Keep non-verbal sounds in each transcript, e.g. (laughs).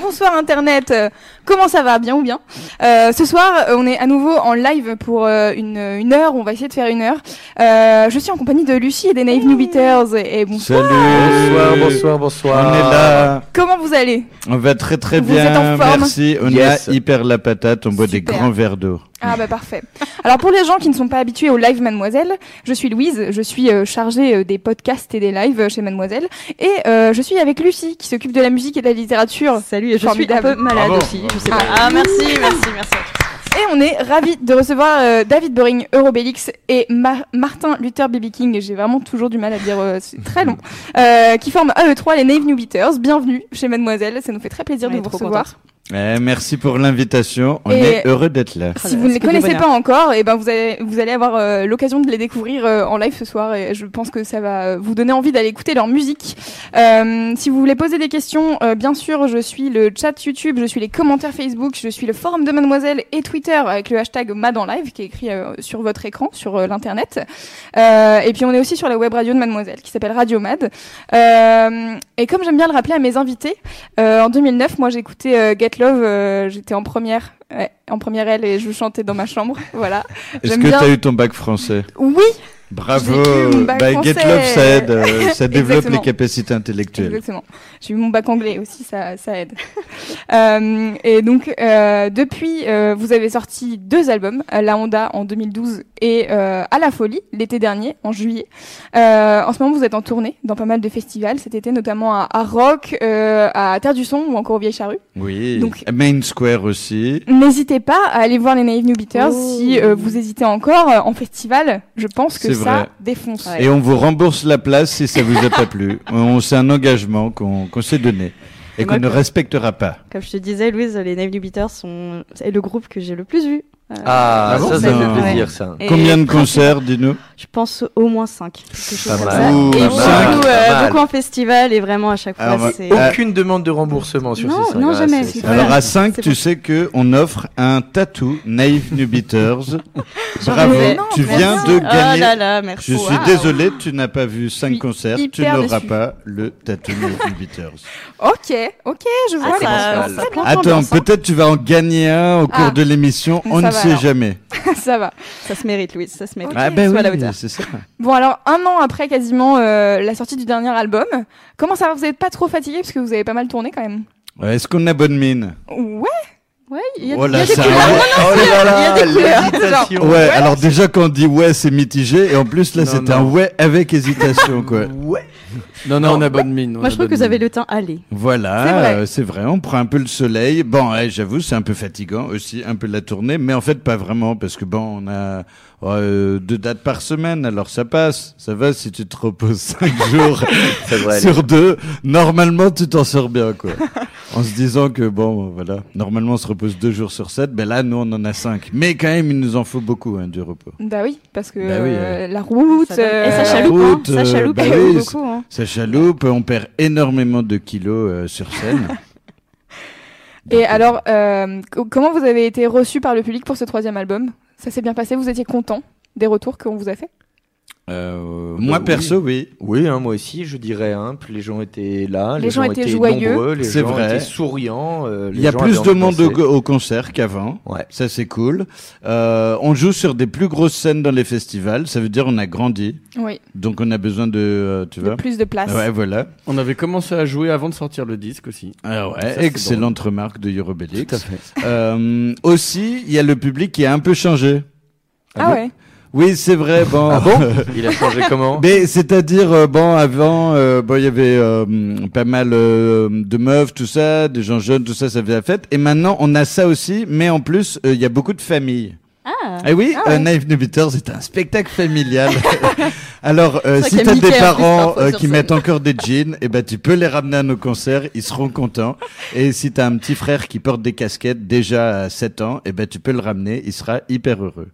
Bonsoir Internet, Euh, comment ça va Bien ou bien Euh, Ce soir, euh, on est à nouveau en live pour euh, une, une heure, on va essayer de faire une heure. Euh, je suis en compagnie de Lucie et des Naive New Beaters. Et, et bonsoir, Salut Bonsoir, bonsoir, bonsoir. On est là comment vous allez On va très très Vous bien, êtes en forme merci. On Yes. a hyper la patate, on boit des Super. grands verres d'eau. Ah bah parfait. Alors pour les gens qui ne sont pas habitués au live Mademoiselle, je suis Louise, je suis euh, chargée euh, des podcasts et des lives euh, chez Mademoiselle. Et euh, je suis avec Lucie qui s'occupe de la musique et de la littérature. Oh, Salut, et je suis un Formidable. peu malade Bravo. aussi. Je sais Ah. pas. Ah, merci, merci, merci. Et on est ravis de recevoir euh, David Boring, Eurobélix et Ma- Martin Luther BB King. J'ai vraiment toujours du mal à dire, euh, c'est (laughs) très long. Euh, qui forment à eux trois les Naive New Beaters. Bienvenue chez Mademoiselle. Ça nous fait très plaisir On est de vous trop recevoir. Eh, merci pour l'invitation, on Et- est heureux d'être là. Si vous ne les Esprit de connaissez bonheur. pas encore, et ben vous allez, vous allez avoir euh, l'occasion de les découvrir euh, en live ce soir. Et je pense que ça va euh, vous donner envie d'aller écouter leur musique. Euh, si vous voulez poser des questions, euh, bien sûr, je suis le chat YouTube, je suis les commentaires Facebook, je suis le forum de Mademoiselle et Twitter avec le hashtag Mad en live qui est écrit euh, sur votre écran, sur euh, l'internet. Euh, et puis on est aussi sur la web radio de Mademoiselle qui s'appelle Radio Mad. Euh, et comme j'aime bien le rappeler à mes invités, euh, en 2009, moi j'écoutais euh, Get Love, euh, j'étais en première, ouais, en première L et je chantais dans ma chambre, (laughs) voilà. Est-ce J'aime que bien. t'as eu ton bac français Oui, Bravo eu mon bac Bah, Get français. Love, ça (laughs) aide, euh, ça développe Exactement. les capacités intellectuelles. exactement. J'ai eu mon bac anglais aussi, ça, ça aide. (laughs) Euh, et donc euh, depuis, euh, vous avez sorti deux albums, euh, La Honda en 2012 et euh, À la Folie l'été dernier, en juillet. Euh, en ce moment, vous êtes en tournée dans pas mal de festivals cet été, notamment à, à Rock, euh, à Terre du Son ou encore au Vieille Charrue. Oui, Donc- Main Square aussi. N'hésitez pas à aller voir les Naive New Beaters Oh. si euh, vous hésitez encore euh, en festival. Je pense que C'est ça vrai. défonce. Ouais. Et on vous rembourse la place si ça vous a pas (laughs) plu. On- C'est un engagement qu'on qu'on s'est donné et Et qu'on moi, ne quand- respectera pas. Comme je te disais, Louise, les Naive New Beaters sont est le groupe que j'ai le plus vu. Euh, Ah, Ah bon ça, ça Non. fait plaisir, ça. et Combien de concerts, dis-nous Je pense au moins 5. Pas mal. Ouh, et pas beaucoup, mal, euh, pas mal. beaucoup en festival et vraiment à chaque fois, Alors, c'est. euh, Aucune demande de remboursement sur Non, ces cinq. non, Ah, jamais. c'est- Voilà. Alors à 5, C'est tu bon. sais que on offre un tatou Naïve (laughs) New Beaters. J'en Bravo, rêvais. Non, tu merci. viens de Oh là gagner. là, merci. Je suis Waouh. désolé, tu n'as pas vu 5 suis concerts, tu hyper n'auras déçue. pas le tatou Naïve New Beaters. Ok, ok, je vois les Ah, ça- conséquences. ça Très bien. Franchement, Attends, ambiance, hein. peut-être tu vas en gagner un au cours Ah. de l'émission, on Ça ne va sait alors. jamais. (laughs) ça va. Ça se mérite, Louise, ça se mérite. Ah, ben Sois à la hauteur. c'est ça. Bon alors un an après quasiment euh, la sortie du dernier album, comment ça va Vous n'êtes pas trop fatigué parce que vous avez pas mal tourné quand même. Ouais, Est-ce qu'on a bonne mine Ouais. Ouais, il y a Oh là, il y a des ça- couleurs. Oh là là, Il y a des couleurs. l'hésitation. Ouais, alors déjà quand on dit ouais, c'est mitigé et en plus là Non, c'était un non. ouais (laughs) avec hésitation quoi. Ouais. Non, non, on a bonne mine. on Moi, a je trouve que bonne vous avez mine. le teint allé. C'est Voilà, vrai. euh, c'est vrai. on prend un peu le soleil. Bon, ouais, j'avoue, c'est un peu fatigant aussi, un peu la tournée, mais en fait pas vraiment parce que bon, on a euh, deux dates par semaine, alors ça passe, ça va si tu te reposes (laughs) cinq jours Ça devrait aller. sur deux. Normalement, tu t'en sors (laughs) bien quoi. En se disant que bon, voilà, normalement on se repose deux jours sur sept, ben là nous on en a cinq. Mais quand même, il nous en faut beaucoup hein, du repos. Bah oui, parce que Bah oui, euh, la route. Ça donne- Et euh, ça Sacha chaloupe, Loup. hein. écoute, Ça euh, chaloupe bah elle oui, joue c'est- beaucoup, hein. Sa chaloupe, on perd énormément de kilos euh, sur scène. (laughs) Donc, Et euh, alors euh, co- comment vous avez été reçu par le public pour ce troisième album Ça s'est bien passé Vous étiez content des retours qu'on vous a fait euh, bah moi oui. perso, oui. Oui, hein, moi aussi, je dirais humble. Les gens étaient là, les, Les gens étaient joyeux. nombreux, les C'est gens vrai. étaient souriants. euh, les Il y a gens plus avaient de envie monde danser. au, go- au concert qu'avant. Ouais. Ça, c'est cool. Euh, on joue sur des plus grosses scènes dans les festivals. Ça veut dire on a grandi. Oui, Donc, on a besoin de, euh, tu de vois. plus de place. Ouais, voilà. On avait commencé à jouer avant de sortir le disque aussi. Ah ouais, Ça, c'est excellente remarque de Yorobelix. Tout à fait. Euh, aussi, il y a le public qui a un peu changé. Ah ouais. Oui, c'est vrai. Bon. Ah (laughs) bon Il a changé comment Mais c'est-à-dire, euh, bon, avant, euh, bon, il y avait euh, hum, pas mal euh, de meufs, tout ça, des gens jeunes, tout ça, ça faisait la fête. Et maintenant, on a ça aussi, mais en plus, euh, il y a beaucoup de familles. Ah. Ah oui, Ah ouais. (laughs) euh, Naive New Beaters est un spectacle familial. (laughs) Alors, C'est euh, vrai si qu'il y t'as a des Mickey, en plus, parents parfois, euh, sur qui scène. mettent encore des jeans, eh ben, tu peux les ramener à nos concerts, ils seront contents. Et si t'as un petit frère qui porte des casquettes déjà à 7 ans, eh ben, tu peux le ramener, il sera hyper heureux.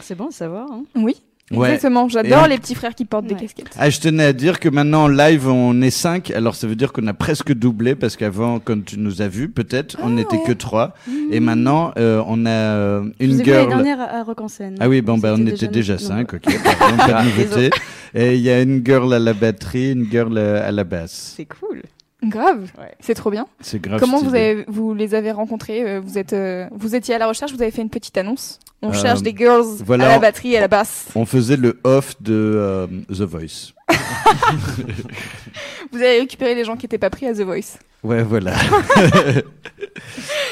C'est bon à savoir. hein. Oui, Ouais. exactement. J'adore Et- les petits frères qui portent des Ouais. casquettes. Ah, je tenais à dire que maintenant en live on est 5, alors ça veut dire qu'on a presque doublé parce qu'avant quand tu nous as vus peut-être Ah, on n'était que 3 et Hmm. maintenant euh, on a euh, Je vous une ai vu l'année girl. dernière à Rock-en-Seine. Ah oui, bon, bah, on C'était était déjà déjà nous- 5, ok, pardon, (laughs) pas de nouveauté. Et il y a une girl à la batterie, une girl euh, à la basse. C'est cool. Grave, Ouais. c'est trop bien. Ah, C'est grave. Comment vous, stylé. avez, vous les avez rencontrés euh, vous, êtes, euh, vous étiez à la recherche, vous avez fait une petite annonce. On Euh, cherche des girls voilà. à la batterie et à la basse. On faisait le off de euh, The Voice. Vous avez récupéré les gens qui n'étaient pas pris à The Voice. (laughs) Ouais, voilà.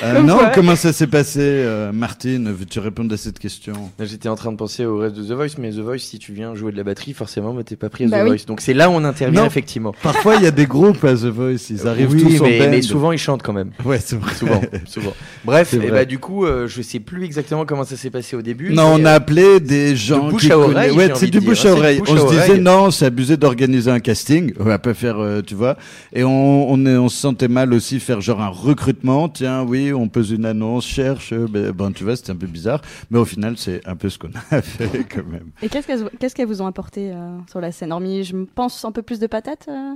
Euh, Comme non, quoi. comment ça s'est passé, euh, Martine Veux-tu répondre à cette question Là, J'étais en train de penser au reste de The Voice, mais The Voice, si tu viens jouer de la batterie, forcément, bah, t'es pas pris à Bah The oui. Voice. Donc c'est là où on intervient, Non. effectivement. Parfois, il y a des groupes à The Voice, ils arrivent oui, tous en mais, band. mais (laughs) souvent, ils chantent quand même. Ouais, c'est vrai. Souvent, (laughs) souvent. Bref, C'est et vrai. bah, du coup, euh, je sais plus exactement comment ça s'est passé au début. Non, mais, euh, on a appelé des gens bouche qui à connaissent- oreille, Ouais, j'ai c'est envie du de dire. hein, bouche C'est à de oreille. bouche On à se disait oreille. non, c'est abusé d'organiser un casting. On va pas faire, euh, tu vois. Et on, on, est- on se sentait mal aussi faire genre un recrutement. Tiens, oui, on pose une annonce, cherche. euh, ben, ben, tu vois, c'était un peu bizarre. Mais au final, c'est un peu ce qu'on a (laughs) fait quand même. Et qu'est-ce qu'elles qu'est-ce qu'elles vous ont apporté euh, sur la scène Hormis, je me pense, un peu plus de patates euh,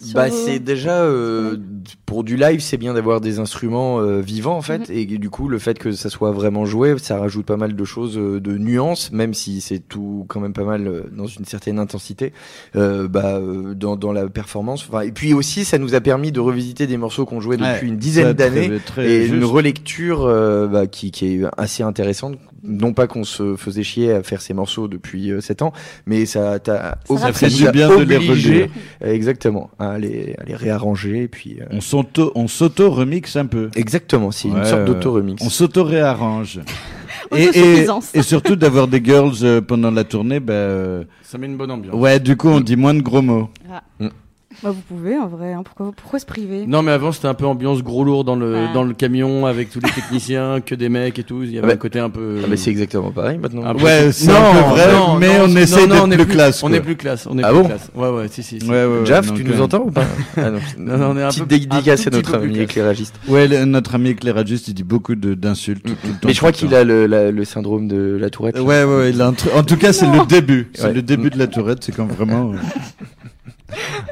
sur Bah, vos- c'est déjà euh, sur d- pour du live, c'est bien d'avoir des instruments euh, vivants en fait, Mm-hmm. et du coup le fait que ça soit vraiment joué, ça rajoute pas mal de choses, euh, de nuances, même si c'est tout quand même pas mal euh, dans une certaine intensité, euh, bah euh, dans, dans la performance. Enfin, et puis aussi, ça nous a permis de revisiter des morceaux qu'on jouait depuis Ouais, une Ça, dizaine très- d'années. très Et juste. une relecture euh, bah, qui, qui est assez intéressante. Non pas qu'on se faisait chier à faire ces morceaux depuis 7 ans, mais ça t'a Ça Ça Ça fait nous du a bien de les obligé, relire. euh, Exactement, à les, à les réarranger. Et puis, euh, On s'auto- on s'auto-remixe un peu. Exactement, c'est Ouais, une sorte ouais. d'auto-remix. On s'auto-réarrange. et, Autosuffisance. et surtout d'avoir des girls euh, pendant la tournée, bah, euh, Ça met une bonne ambiance. ouais, du coup on dit moins de gros mots. Bah, vous pouvez en vrai. hein, Pourquoi, pourquoi se priver Non, mais avant, c'était un peu ambiance gros lourd dans le, Ah. dans le camion avec tous les techniciens, que des mecs et tout. Il y avait Ouais. un côté un peu. Ah, mais c'est exactement pareil maintenant. Ah, Ouais, c'est un peu vrai, mais on non, essaie non, d'être on est plus classe, On quoi. est plus classe. On est Ah plus bon classe. Ouais, ouais, si, si. si. Ouais, ouais, ouais, Jaff, donc, tu nous euh, entends ou (laughs) pas ah, non. Non, non, on est un Petite peu- dédicace un à tout petit notre peu plus ami classe. éclairagiste. Ouais, le- notre ami éclairagiste, il dit beaucoup de- d'insultes tout, tout le temps. Mais je crois tout le qu'il a le, la- le syndrome de la tourette. temps. Ouais, ouais, ouais, il a un truc- en tout cas, c'est le début. C'est Ouais. le début de la tourette, c'est quand vraiment. euh,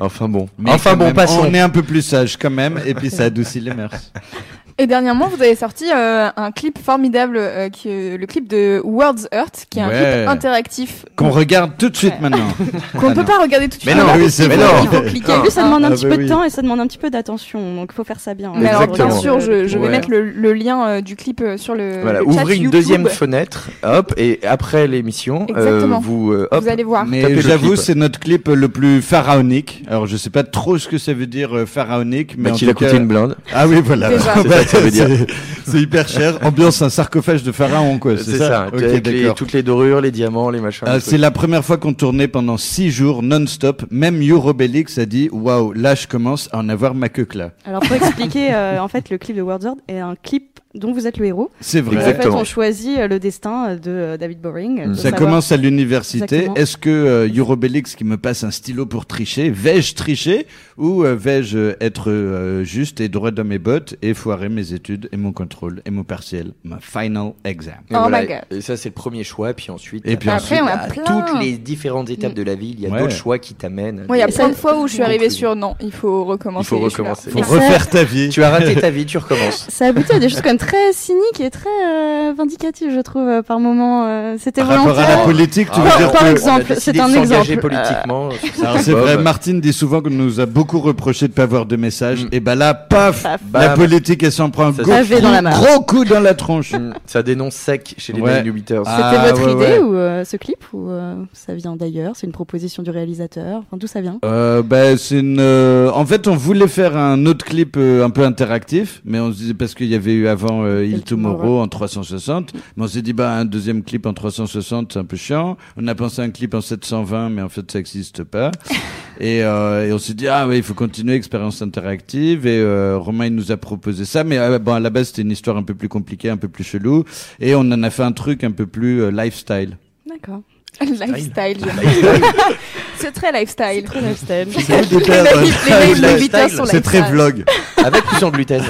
Enfin bon. Mais enfin quand bon, même, passons. On est un peu plus sage quand même, et puis ça adoucit les mœurs. Et dernièrement, vous avez sorti euh, un clip formidable, euh, qui est le clip de World's Earth, qui est un Ouais. clip interactif Qu'on regarde tout de suite Ouais. maintenant. qu'on Ah peut non. pas regarder tout de Mais suite. non, là, oui, parce c'est qu'il vrai. faut- Mais Il faut non. cliquer. En plus, ça Ah. demande un Ah, petit bah peu oui. de temps et ça demande un petit peu d'attention. Donc, faut faire ça bien. Mais alors, bien Exactement. sûr, je, je vais Ouais. mettre le, le lien euh, du clip euh, sur le. Voilà, le chat ouvrez une YouTube. deuxième fenêtre, hop, et après l'émission, euh, Exactement. vous, euh, hop, Vous allez voir. Tapez Mais le j'avoue, clip. c'est notre clip le plus pharaonique. Alors, je sais pas trop ce que ça veut dire euh, pharaonique, mais bah, en qu'il a tout cas- coûté une blinde. Ah oui, voilà. Déjà. (laughs) C'est ça que ça veut dire. c'est- c'est hyper cher. Ambiance un sarcophage de pharaon, quoi. C'est ça. Ok, Avec les- d'accord. euh, toutes les dorures, les diamants, les machins. Euh, les c'est trucs. la première fois qu'on tournait pendant six jours non-stop. Même Eurobellix a dit Waouh, là je commence à en avoir ma queue que là. Alors, pour expliquer, euh, en fait, le clip de World's Earth est un clip dont vous êtes le héros. C'est vrai. Et En fait, Exactement. on choisit euh, le destin euh, de euh, David Boring. Mm. de Ça savoir- commence à l'université. Exactement. Est-ce que euh, Eurobellix qui me passe un stylo pour tricher, vais-je tricher ou euh, vais-je euh, être euh, juste et droit dans mes bottes et foirer mes études et mon contrôle et mon partiel, ma final exam Et Oh voilà, my God. Et ça, c'est le premier choix. Puis ensuite, Et puis ensuite, Après, on a à plein. toutes les différentes étapes de la vie, il y a Ouais. d'autres choix qui t'amènent. Moi, il y a Mais plein de ça, fois où je suis arrivée conclusion. sur non, il faut recommencer. Il faut je suis là. recommencer. Faut Et ça- refaire ta vie. Tu as raté ta vie, tu recommences. Ça aboutit à des choses quand même très cyniques et très euh, vindicatives, je trouve, euh, par moment. euh, C'était Par rapport à la volontaire. politique, Ah, tu veux Par- dire par que- exemple, On a décidé c'est un de s'engager exemple. Euh. politiquement. sur ce Alors, Ah, c'est Bob. vrai, Martine dit souvent qu'on nous a beaucoup reproché de pas avoir de message. Mm. Et bah là, paf, Paf. la Bam. politique, elle s'en prend un Ça gros, se fait dans la main. gros coup dans la tronche. Mm, Ça dénonce sec chez les Ouais. Nine Beaters. Ah, C'était votre ouais, idée ouais. ou euh, ce clip ou euh, ça vient d'ailleurs C'est une proposition du réalisateur. Enfin, d'où ça vient Euh, bah, c'est une. euh, En fait, on voulait faire un autre clip euh, un peu interactif, mais on se disait parce qu'il y avait eu avant euh, Il Il Tomorrow Tomorrow. en 360, mais on s'est dit bah un deuxième clip en 360 c'est un peu chiant. On a pensé à un clip en 720, mais en fait ça existe pas. et, euh, et on s'est dit ah ouais il faut continuer expérience interactive et euh, Romain il nous a proposé ça, mais euh, bon à la base c'était une histoire un peu plus compliquée, un peu plus chelou, et on en a fait un truc un peu plus euh, lifestyle. D'accord. (laughs) Lifestyle. j'aime. (laughs) C'est très lifestyle. Très (laughs) lifestyle. Les C'est mails- les mails de 8 heures sont C'est très lifestyle. vlog. (laughs) Avec ou sans (laughs) gluten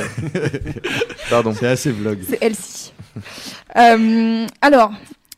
Pardon. C'est assez vlog. C'est Elsie. Euh, alors,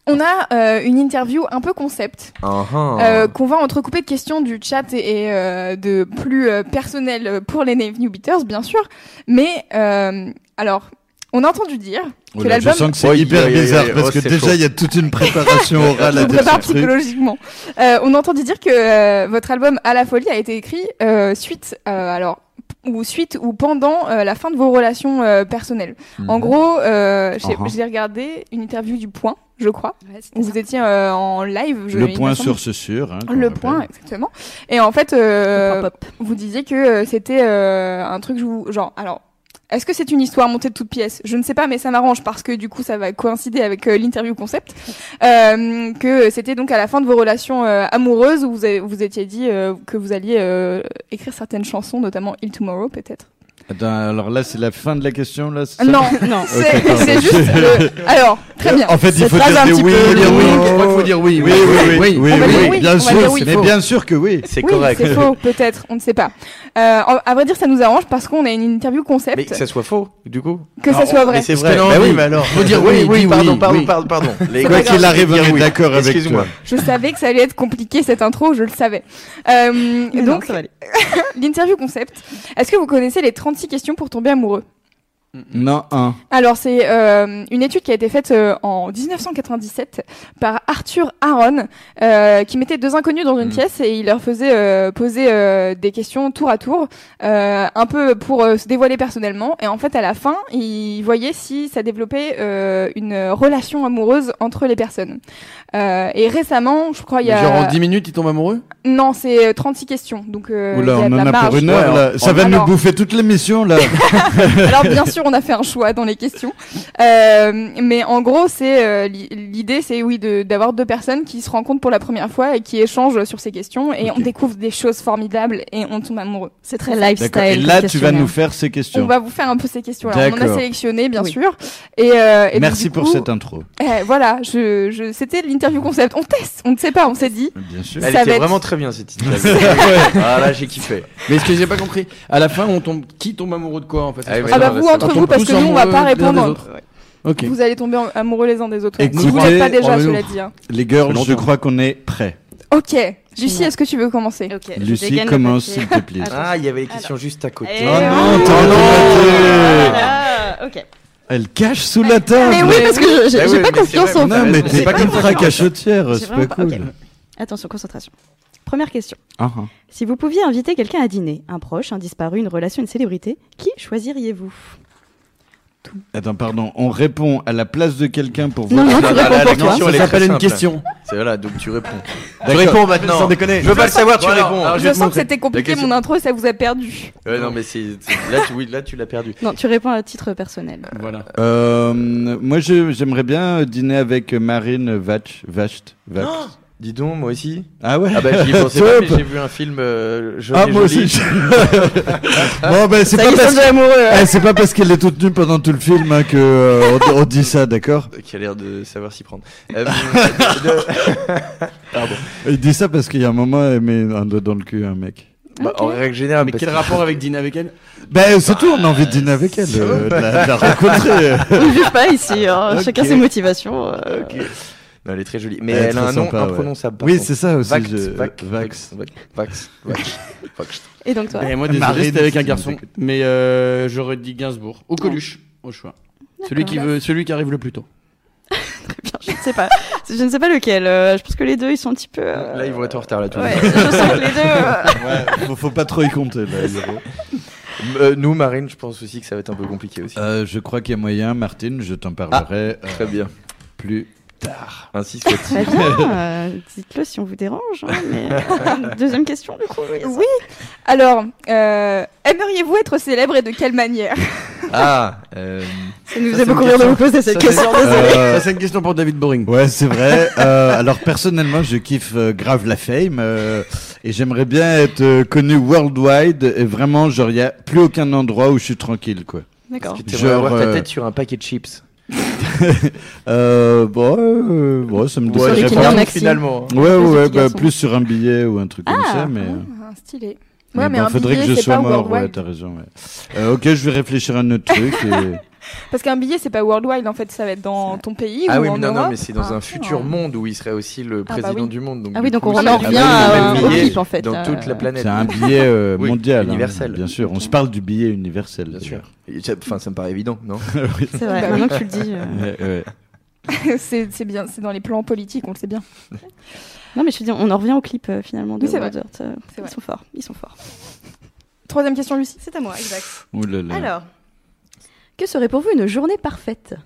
on a euh, une interview un peu concept Ah, ah. euh, qu'on va entrecouper de questions du chat et, et, euh, de plus euh, personnel pour les New Beaters, bien sûr. Mais euh, alors, on a entendu dire que Oula, Oh je l'album sens que c'est Oui, hyper oui, oui, bizarre oui, parce oh, que c'est déjà chaud. il y a toute une préparation (laughs) orale Je à vous prépare des trucs. psychologiquement. Euh, on a entendu dire que euh, votre album À la folie a été écrit euh, suite, euh, alors ou suite ou pendant euh, la fin de vos relations euh, personnelles. Hmm. En gros, euh, j'ai Mhm. Uh-huh. j'ai regardé une interview du Point, je crois, où vous étiez euh, en live. Je, Le il point me semble. sur ce sur. hein, qu'on le rappelle. point exactement. Et en fait, euh, pop. vous disiez que euh, c'était euh, un truc je vous- genre alors. Est-ce que c'est une histoire montée de toutes pièces Je ne sais pas, mais ça m'arrange parce que du coup, ça va coïncider avec euh, l'interview concept. Euh, que c'était donc à la fin de vos relations euh, amoureuses où vous avez- vous étiez dit euh, que vous alliez euh, écrire certaines chansons, notamment Il Tomorrow peut-être. Attends, alors là c'est la fin de la question là. c'est ça Non, Non. (laughs) c'est pardon. c'est juste. le- Alors, très bien. En fait il Cette faut phrase dire un des petit oui. peu faut dire longue. oui. Je crois qu'il faut dire oui. Oui, oui, oui, oui, On va dire oui, oui, bien on va dire sûr, oui. mais bien sûr que oui. C'est Oui, correct. c'est faux, peut-être, on ne sait pas. Euh, en- à vrai dire, ça nous arrange parce qu'on a une interview Mais concept, que ça soit faux, du coup. que ça soit vrai. Mais c'est Parce vrai. que non, Bah oui. oui, mais alors. Faut dire oui, oui, pardon, oui, pardon, oui. pardon, pardon. Les gars, C'est pas grave. je vais Qu'il dire arrive, on est oui. d'accord avec Excuse-moi. Je savais que ça allait être compliqué cette intro, je le savais. Euh, Et donc, donc, l'interview concept, est-ce que vous connaissez les 36 questions pour tomber amoureux Non, un. Alors, c'est euh, une étude qui a été faite euh, en 1997 par Arthur Aaron, euh, qui mettait deux inconnus dans une Mm. pièce et il leur faisait euh, poser euh, des questions tour à tour, euh, un peu pour euh, se dévoiler personnellement. Et en fait, à la fin, il voyait si ça développait euh, une relation amoureuse entre les personnes. Euh, et récemment, je crois, il y a... Genre en 10 minutes, il tombe amoureux Non, c'est euh, 36 questions, donc euh, il y Oula, a on de en la a marge. pour une heure. Ouais, là. Ça va alors- nous bouffer toute l'émission là. Alors (laughs) bien sûr, on a fait un choix dans les questions, Euh, mais en gros, c'est euh, li- l'idée, c'est oui, de- d'avoir deux personnes qui se rencontrent pour la première fois et qui échangent sur ces questions, et on découvre des choses formidables et on tombe amoureux. c'est très lifestyle. D'accord. Et là comme tu vas questionnaire. nous faire ces On questions. va vous faire un peu ces questions. Alors, on en a D'accord. sélectionné, bien Oui. sûr. Et, euh, et donc, Merci du pour coup, cette intro. eh, voilà, je, je, c'était l'interview concept. On teste, on ne sait pas, on s'est dit. Bien sûr. Ça Elle va était être- vraiment très bien cette interview. Ah là, j'ai kiffé. Mais ce que j'ai pas compris, à la fin, on tombe, qui tombe amoureux de quoi en fait Ah oui, Ah Ça bah va, vous ça va. entre On vous, tombe parce tous que hein, nous, on va amoureux pas les uns des répondre. autres. Ok. Vous allez tomber en- amoureux les uns des autres. ouais. Écoutez- si vous n'êtes pas déjà, Oh, mais cela non. dit. hein. Les girls, Longtemps. je crois qu'on est prêts. Ok, Lucie, Génial. est-ce que tu veux commencer Ok, je Lucie, dégaine le commence papier. s'il te plaît. Attends. Ah, il y avait les questions juste à Eh côté. Oh non, oui. Oh t'as Oh raté. Voilà, Ok. Elle cache sous la table. Mais oui, parce que je- Bah j'ai j'ai oui, pas mais c'est confiance vrai, en Non, mais J'ai t'es pas pas une compris. fracachotière, J'ai c'est vraiment pas pas- cool. ok. Attention, concentration. Première question. Ah, ah. Si vous pouviez inviter quelqu'un à dîner, un proche, un disparu, une relation, une célébrité, qui choisiriez-vous Attends, pardon, on répond à la place de quelqu'un pour Non, voir. non, tu là, là, réponds la pour toi. question, Ça elle est s'appelle très une simple. question. C'est voilà, donc tu réponds. Tu D'accord. réponds maintenant. Sans déconner. Je veux pas le savoir, tu Voilà. réponds. Alors, Je vais te sens que montrer. c'était compliqué La question- mon intro et ça vous a perdu. Ouais, non, mais c'est c'est- là, tu, oui, là, tu l'as perdu. Non, tu réponds à titre personnel. Voilà. Euh, moi, je- j'aimerais bien dîner avec Marine Vach, Vacht. Vacht. Dis donc, moi aussi. ah ouais Ah bah, j'y pensais pas, Top. mais j'ai vu un film. Euh, Jeune Ah, et moi Jolie. aussi. (laughs) bon, ben, c'est pas, parce... Eh, c'est pas parce qu'elle est toute nue pendant tout le film hein, que euh, on, on dit ça, d'accord Qui a l'air de savoir s'y prendre. Euh, de- Pardon. Il dit ça parce qu'il y a un moment, elle met un doigt dans le cul, un mec. Bah, En règle générale, Mais parce quel que- rapport avec dîner avec elle Ben, c'est tout, on a envie de dîner avec elle, euh, de la, de la rencontrer. On ne juge pas ici, hein. Ok. chacun ses motivations. euh. Ok. Non, elle est très jolie. Mais Elle est elle, a très un nom sympa, ouais. imprononçable. par Oui, contre. c'est ça aussi. Vax, je- Vax, Vax. Vax, Vax, Vax, Vax. Et donc Bah. toi Et Ah, moi, désolé, Marine, c'était avec un si tu garçon. m'écoutes. Mais euh, j'aurais dit Gainsbourg. Ou Coluche, au choix. Celui qui, veut, celui qui arrive le (laughs) plus tôt. Je ne sais pas. Je ne sais pas lequel. euh, je pense que les deux, ils sont un petit peu. (laughs) euh, Là, ils vont être en retard, là, tout le Ouais, monde. je sens que les deux. euh, Ouais, faut, faut pas trop y compter, (laughs) là, zéro. Euh, Nous, Marine, je pense aussi que ça va être un peu compliqué aussi. Euh, je crois qu'il y a moyen, Martine, je t'en parlerai euh, Très bien. plus. Ainsi soit-il. Très bien. euh, Dites-le si on vous dérange. hein, mais- Deuxième question, du coup. Oui. Oui. Alors, euh, aimeriez-vous être célèbre et de quelle manière Ah, euh, Ça nous Ça, faisait c'est beaucoup une rire de question. vous poser cette Ça, question. Euh, Ça, c'est une question pour David Boring. Ouais, c'est vrai. (laughs) Euh, alors personnellement, je kiffe euh, grave la fame euh, et j'aimerais bien être euh, connu worldwide. Et vraiment, genre, il y a plus aucun endroit où je suis tranquille, quoi. (laughs) D'accord. tu t'aimerais Genre, avoir ta euh, tête sur un paquet de chips. Euh, bon, euh, bon, ça me Ouais, Sur les dérange j'ai pas pas Kinder envie, Maxi. finalement. hein. Ouais, ouais, Des ouais, bah, applications. plus sur un billet ou un truc comme Ah, ça, mais. euh, ouais. Ah, stylé. mais Ouais, mais bon, un Eh ben, faudrait que billet, je c'est sois pas mort, ouais, worldwide. t'as raison, ouais. Euh, ok, je vais réfléchir à un autre truc et. Parce qu'un billet, c'est pas worldwide, en fait, ça va être dans ton pays Ah ou oui, en mais non, non, Europe. mais c'est dans Ah, un futur (laughs) ah. monde où il serait aussi le bah président oui. du monde. Donc bah Ah du oui, donc coup, on c'est en le revient même euh, au billet clip en fait. Dans euh, toute la planète. C'est un billet euh, Oui, mondial. hein, universel. bien sûr, on se parle du billet universel. Bien sûr. d'ailleurs. Et ça- Enfin, ça me paraît évident, non Oui. C'est vrai, Bah maintenant que tu le dis. euh. Ouais, ouais. c'est c'est bien, c'est dans les plans politiques, on le sait bien. Non, mais je te dis, on en revient au clip euh, finalement de Oui, c'est vrai. Wild Earth, euh, C'est vrai. Ils sont forts, ils sont forts. Troisième question, Lucie. C'est à moi, exact. Ouh là là. Alors, Que serait pour vous une journée parfaite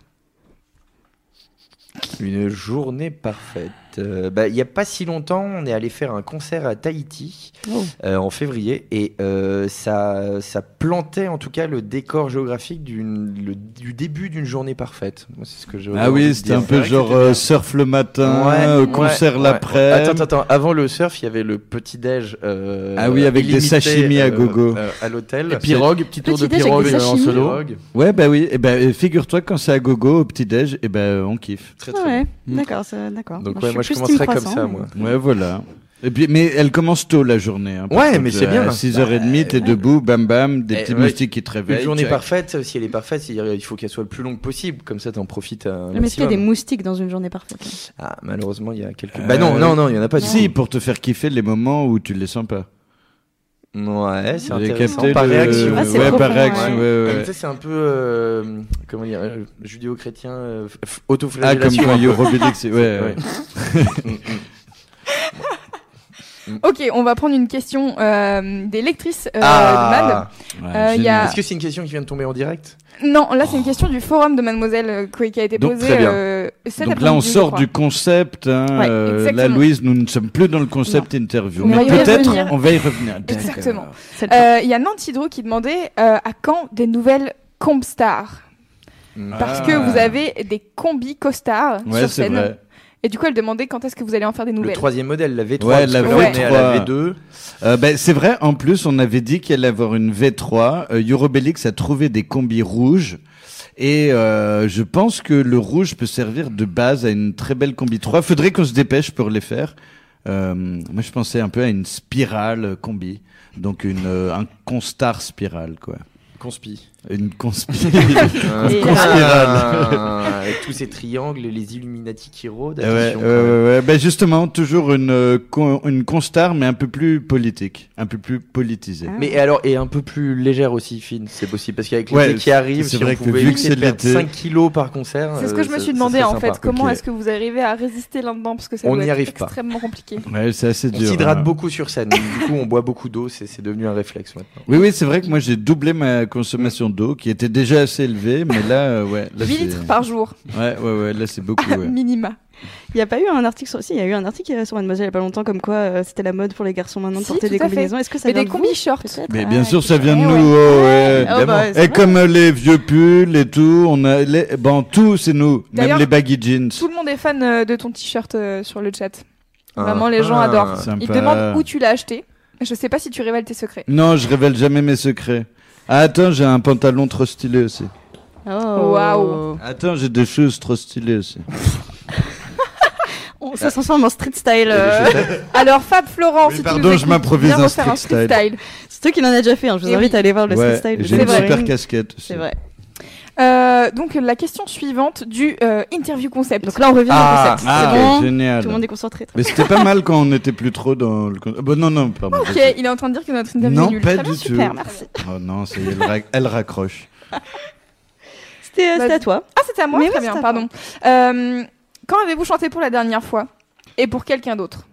Une journée parfaite. Euh, bah, Il n'y a pas si longtemps, on est allé faire un concert à Tahiti Oh. euh, en février et euh, ça, ça plantait en tout cas le décor géographique d'une- le- du début d'une journée parfaite. Moi, c'est ce que j'aurais Ah envie de oui, c'était dire. un peu genre euh, surf le matin, Ouais, euh, ouais, concert ouais. l'après. Attends, attends, attends. Avant le surf, il y avait le petit déj. euh, Ah oui, avec des illimité, sashimi à euh, gogo. euh, à l'hôtel. Et pirogue, petit tour de Petit déj avec pirogue des euh, en sashimi. solo. Ouais, bah oui. Et ben, euh, figure-toi quand c'est à gogo au petit déj, et ben, on kiffe. Très, très Ah Ouais, Mm. d'accord, c'est- d'accord. Donc suis ouais, moi je plus team commencerais comme croissant, ça, mais- moi. Ouais, voilà. Et puis, mais elle commence tôt la journée. hein, par Ouais, contre, mais c'est euh, bien. Bah, À 6h30, t'es debout, bam bam, des Eh, petits ouais. moustiques qui te réveillent. Une journée tchac. parfaite, euh, si elle est parfaite, il il faut qu'elle soit le plus longue possible. Comme ça, t'en profites. Un Ah, Mais est-ce qu'il y a maximum. des moustiques dans une journée parfaite Ah, malheureusement, il y a quelques. Euh, Bah non, non, non, il y en a pas. du Si, tout. pour te faire kiffer les moments où tu les sens pas. Ouais, c'est Vous avez intéressant. capté Par le- réaction. Ah, c'est ouais, profond, par ouais. réaction. ouais, Euh, ouais. mais ça, c'est un peu. euh, comment dire euh, Judéo-chrétien, euh, f- f- Ah, comme autoflagellation. dans un peu. Eurobélix. Ouais, ouais. Ouais. Euh, Ok, on va prendre une question euh, des lectrices euh, de Mad. Ah Ouais, Euh, y a- Ah. Est-ce que c'est une question qui vient de tomber en direct Non, là c'est une question du forum de Mademoiselle euh, que- qui a été Donc, posée. très bien. euh, cet Donc là, on après-midi, je sort crois. du concept. Hein, Ouais, euh, là, exactement. Louise, nous ne sommes plus dans le concept interview. On va Mais y revenir. peut-être on va y revenir. (laughs) Exactement. C'est le Euh, Il y a Nantidro qui demandait euh, à quand des nouvelles Comstars Hmm. Parce Ah. que vous avez des combis costards Ouais, sur c'est scène. vrai. Et du coup, elle demandait quand est-ce que vous allez en faire des Ah. Le nouvelles. troisième modèle, la V3. Ouais, parce la que là, on est V3. à la V2. Euh, ben, c'est vrai, en plus, on avait dit qu'il allait avoir une V3. Euh, Eurobelix a trouvé des combis rouges. Et euh, je pense que le rouge peut servir de base à une très belle combi 3. Faudrait qu'on se dépêche pour les faire. Euh, moi, je pensais un peu à une spirale euh, combi. Donc, une, euh, un constar spirale, quoi. (laughs) Conspi. Une conspi. Un Et- conspirale. Avec tous ces triangles, et les Illuminati qui rôdent. ouais, Eh ouais, attention, quand même. ouais, ouais. Ben, justement, toujours une, euh, con- une constar, mais un peu plus politique. Un peu plus politisée. Ah. Mais et alors, et un peu plus légère aussi, fine, c'est possible. Parce qu'avec Ouais, l'été qui arrive, c'est si vrai on que pouvait vu que éviter c'est de perdre l'été- 5 kilos par concert. C'est ce euh, que je me ça- suis ça demandé serait en fait. sympa. Comment Ok. est-ce que vous arrivez à résister là-dedans Parce que ça On doit n'y être arrive pas. extrêmement compliqué. Ouais, c'est assez On dur. s'hydrate hein. beaucoup sur scène, donc du coup on boit beaucoup d'eau, c'est c'est devenu un réflexe maintenant. Oui, oui, c'est vrai que moi j'ai doublé ma consommation d'eau qui était déjà assez élevée, mais là, euh, ouais. (laughs) Là, 8 c'est- litres par jour, Ouais, ouais, ouais, là c'est beaucoup, (laughs) ouais. minima. Il n'y a pas eu un article sur... Si, il y a eu un article qui est sur Mademoiselle il n'y a pas longtemps, comme quoi euh, c'était la mode pour les garçons maintenant de Si, porter tout des à fait. combinaisons. Est-ce que ça Mais vient des de vous, combis shorts. peut-être Mais Ah, bien sûr, ça écoute, vient de Eh nous, ouais. oh, ouais. Ah, bah, c'est Et vrai. comme euh, les vieux pulls et tout, on a les, bon, tout c'est nous, même D'ailleurs, les baggy jeans. Tout le monde est fan euh, de ton t-shirt euh, sur le chat. (laughs) Vraiment, les Ah. gens adorent. Sympa. Ils euh, demandent où tu l'as acheté. Je sais pas si tu révèles tes secrets. Non, je révèle jamais mes secrets. Ah, attends, j'ai un pantalon trop stylé aussi. Oh. Waouh. Attends, j'ai des choses trop stylées aussi. On- Ça se transforme en street style. euh. (laughs) Alors Fab Florent, Oui, si pardon, tu nous je écoutes, m'improvise viens un refaire un street freestyle. C'est toi qui l'en as déjà fait, hein. je vous Eh invite oui. à aller voir le ouais, street style. j'ai c'est une vrai. super casquette aussi. C'est vrai. Euh, donc la question suivante du euh, interview concept. Donc là, on revient Ah, au concept. Ah, c'est bon, génial. tout le monde est concentré. Mais c'était pas mal quand on n'était plus trop dans le. con- Ah, Bon, non, non, pardon. ok, il est en train de dire que notre interview Non, est nulle. pas Très bien, du super, tout. merci. Oh non, ça y est, elle, rac- elle raccroche. C'était euh, c'était Vas-y. à toi. Ah, c'était à moi Mais Très oui, bien, c'est à pardon. Euh, quand avez-vous chanté pour la dernière fois Et pour quelqu'un d'autre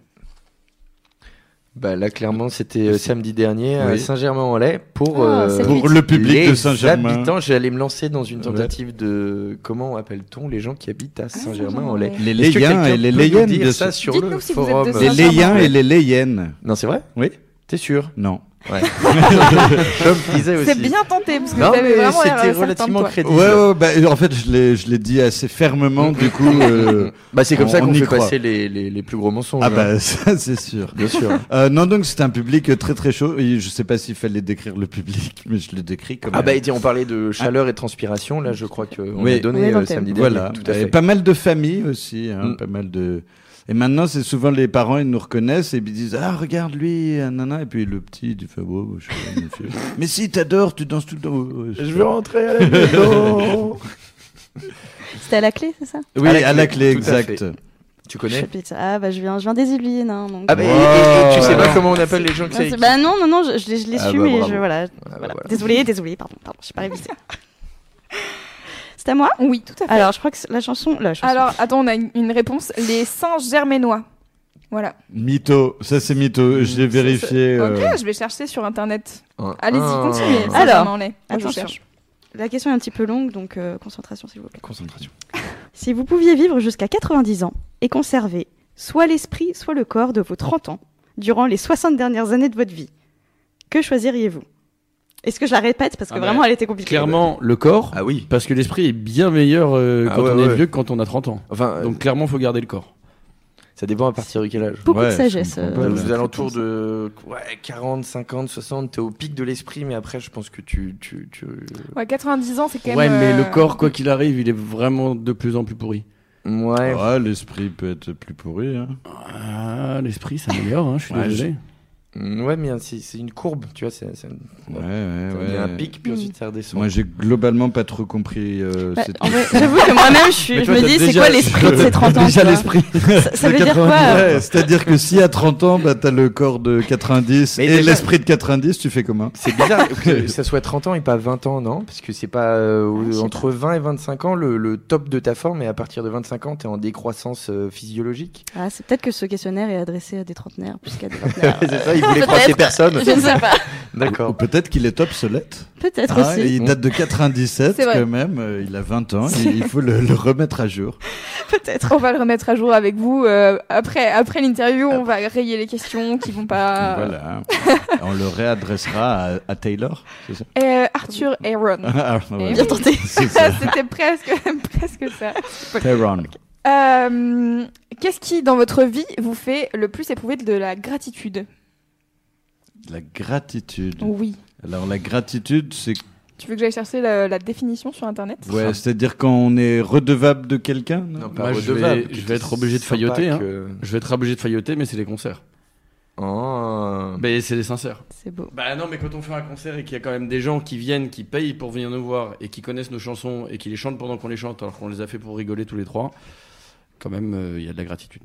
Bah là clairement c'était euh, samedi dernier à Oui. Saint-Germain-en-Laye pour, euh, Ah, c'est Pour le public les de Saint-Germain. habitants. J'allais me lancer dans une Ouais. tentative de comment appelle-t-on les gens qui habitent Ah, à Ah, Saint-Germain-en-Laye. Les Est-ce que Léiens quelqu'un et les peut Léiennes, nous dire bien ça sûr. sur Dites-nous le si vous êtes forum. de Les Saint-Germain. Léiens et les Léiennes. Non c'est vrai Oui T'es sûr Non. (laughs) Ouais. Comme disait aussi. C'est bien tenté parce que Non, vous avez mais vraiment l'air euh, c'était certain de relativement toi. Ouais, crédible. Euh, ouais, bah, en fait, je l'ai, je l'ai dit assez fermement, du coup. (laughs) euh, Bah, c'est comme On- ça on qu'on y fait croit. passer les, les, les plus gros mensonges. Ah hein. bah, ça, c'est sûr. Bien sûr. Euh, non, donc c'est un public euh, très très chaud. Et Je sais pas s'il fallait décrire le public, (laughs) mais je le décris comme. Ah bah, et tiens, on parlait de chaleur et de transpiration. Là, je crois qu'on Oui. a On est donné dans euh, le thème. samedi dernier. voilà. Tout à Et fait. pas mal de familles aussi, hein, Mm. pas mal de. Et maintenant, c'est souvent les parents, ils nous reconnaissent et ils disent ah regarde lui, ah, nana. Et puis le petit, il fait wow, je suis pas une fille. (laughs) mais si t'adores, tu danses tout le temps. Oh, Ouais, ouais, c'est ça. rentrer à la (laughs) maison. C'était à la clé, c'est ça Oui, à la, clé, tout à exact. fait. tu connais Chapitre. Ah bah je viens, je viens des Yvelines. hein, donc. Ah bah, et- Wow. et- et tu sais Voilà. pas comment on appelle les gens que Non, c'est c'est- bah non, non, non, je, je l'ai je l'ai Ah su, bah, mais bravo. je, voilà, Ah bah, voilà. voilà. Désolée, désolée, pardon, pardon, j'ai pas révisé. (laughs) c'est à moi Oui, tout à fait. Alors, je crois que c'est la chanson, la chanson. Alors, attends, on a une, une réponse. Les singes germainois. Voilà. Mytho, ça c'est Mm. mytho. J'ai vérifié. euh, Ok, je vais chercher sur internet. Un- Allez-y, un- continuez. Ah. Ça, Alors, j'en ai. Moi, je attention. cherche. La question est un petit peu longue, donc euh, concentration s'il vous plaît. Concentration. Si vous pouviez vivre jusqu'à 90 ans et conserver soit l'esprit, soit le corps de vos 30 ans durant les 60 dernières années de votre vie, que choisiriez-vous Est-ce que je la répète parce que Ah bah, vraiment elle était compliquée Clairement, le corps. Ah oui. Parce que l'esprit est bien meilleur euh, Ah quand ouais, on est ouais. vieux que quand on a 30 ans. Enfin, euh, Donc clairement, faut garder le corps. ça dépend à partir de quel âge. Beaucoup Ouais, de je sagesse. comprends euh, pas. dans Aux cette aux alentours réponse. de ouais, 40, 50, 60, t'es au pic de l'esprit, mais après, je pense que tu. tu, tu... euh, Ouais, 90 ans, c'est quand même. Ouais, mais le euh, (laughs) corps, quoi qu'il arrive, il est vraiment de plus en plus pourri. Ouais. ouais, l'esprit peut être plus pourri. Hein. Ah, l'esprit, ça améliore, hein, je suis Ouais, désolé. Mm, Ouais, mais c'est c'est une courbe, tu vois. c'est- c'est- Ouais, Ah ouais, Il y ouais. a un pic, puis ensuite ça redescend. Moi, j'ai globalement pas trop compris euh, Bah, cette en vrai, question. J'avoue que moi-même, je, suis- Mais je toi, me t'as dis, c'est déjà- quoi (laughs) l'esprit de ces 30 ans Déjà tu vois l'esprit. ça, ça veut dire quoi euh, Ouais, C'est-à-dire que si à 30 ans, bah, t'as le (laughs) corps de 90 Mais et déjà- l'esprit de 90, tu fais comment C'est (laughs) bizarre que ça soit 30 ans et pas 20 ans, non Parce que c'est pas euh, Ah, je sais entre 20 et 25 ans le, le top de ta forme et à partir de 25 ans t'es en décroissance euh, physiologique. Ah, c'est peut-être que ce questionnaire est adressé à des trentenaires plus qu'à des Ah vingtenaires. (laughs) c'est ça, ils (laughs) voulaient Peut-être. froisser personne. Je ne sais pas. Ou D'accord. peut-être qu'il est obsolète. Peut-être Ah, aussi. (laughs) il date de 97 C'est vrai. quand même. euh, Il a 20 ans. Il il faut le, le remettre à jour. On va le remettre à jour avec vous. euh, après après l'interview, on va rayer les questions qui vont Ah. pas. (laughs) (laughs) Voilà. On le réadressera à, à Taylor. C'est ça Euh, Arthur (laughs) Aaron. (laughs) Ah, ouais. Bien tenté. C'est ça. C'était presque, (laughs) presque ça. Tyrone. Euh, Qu'est-ce qui, dans votre vie, vous fait le plus éprouver de la gratitude La gratitude. Oui. Alors la gratitude, c'est Tu veux que j'aille chercher la, la définition sur Internet ouais, c'est-à-dire quand on est redevable de quelqu'un. non Non, Moi, je vais- redevable, je vais plutôt être obligé de sympa failloter, hein. que- Je vais être obligé de failloter, mais c'est les concerts. Oh. Mais c'est les sincères. C'est beau. Hum. Bah non, mais quand on fait un concert et qu'il y a quand même des gens qui viennent, qui payent pour venir nous voir et qui connaissent nos chansons et qui les chantent pendant qu'on les chante alors qu'on les a fait pour rigoler tous les trois, quand même, euh, il y a de la (laughs) gratitude.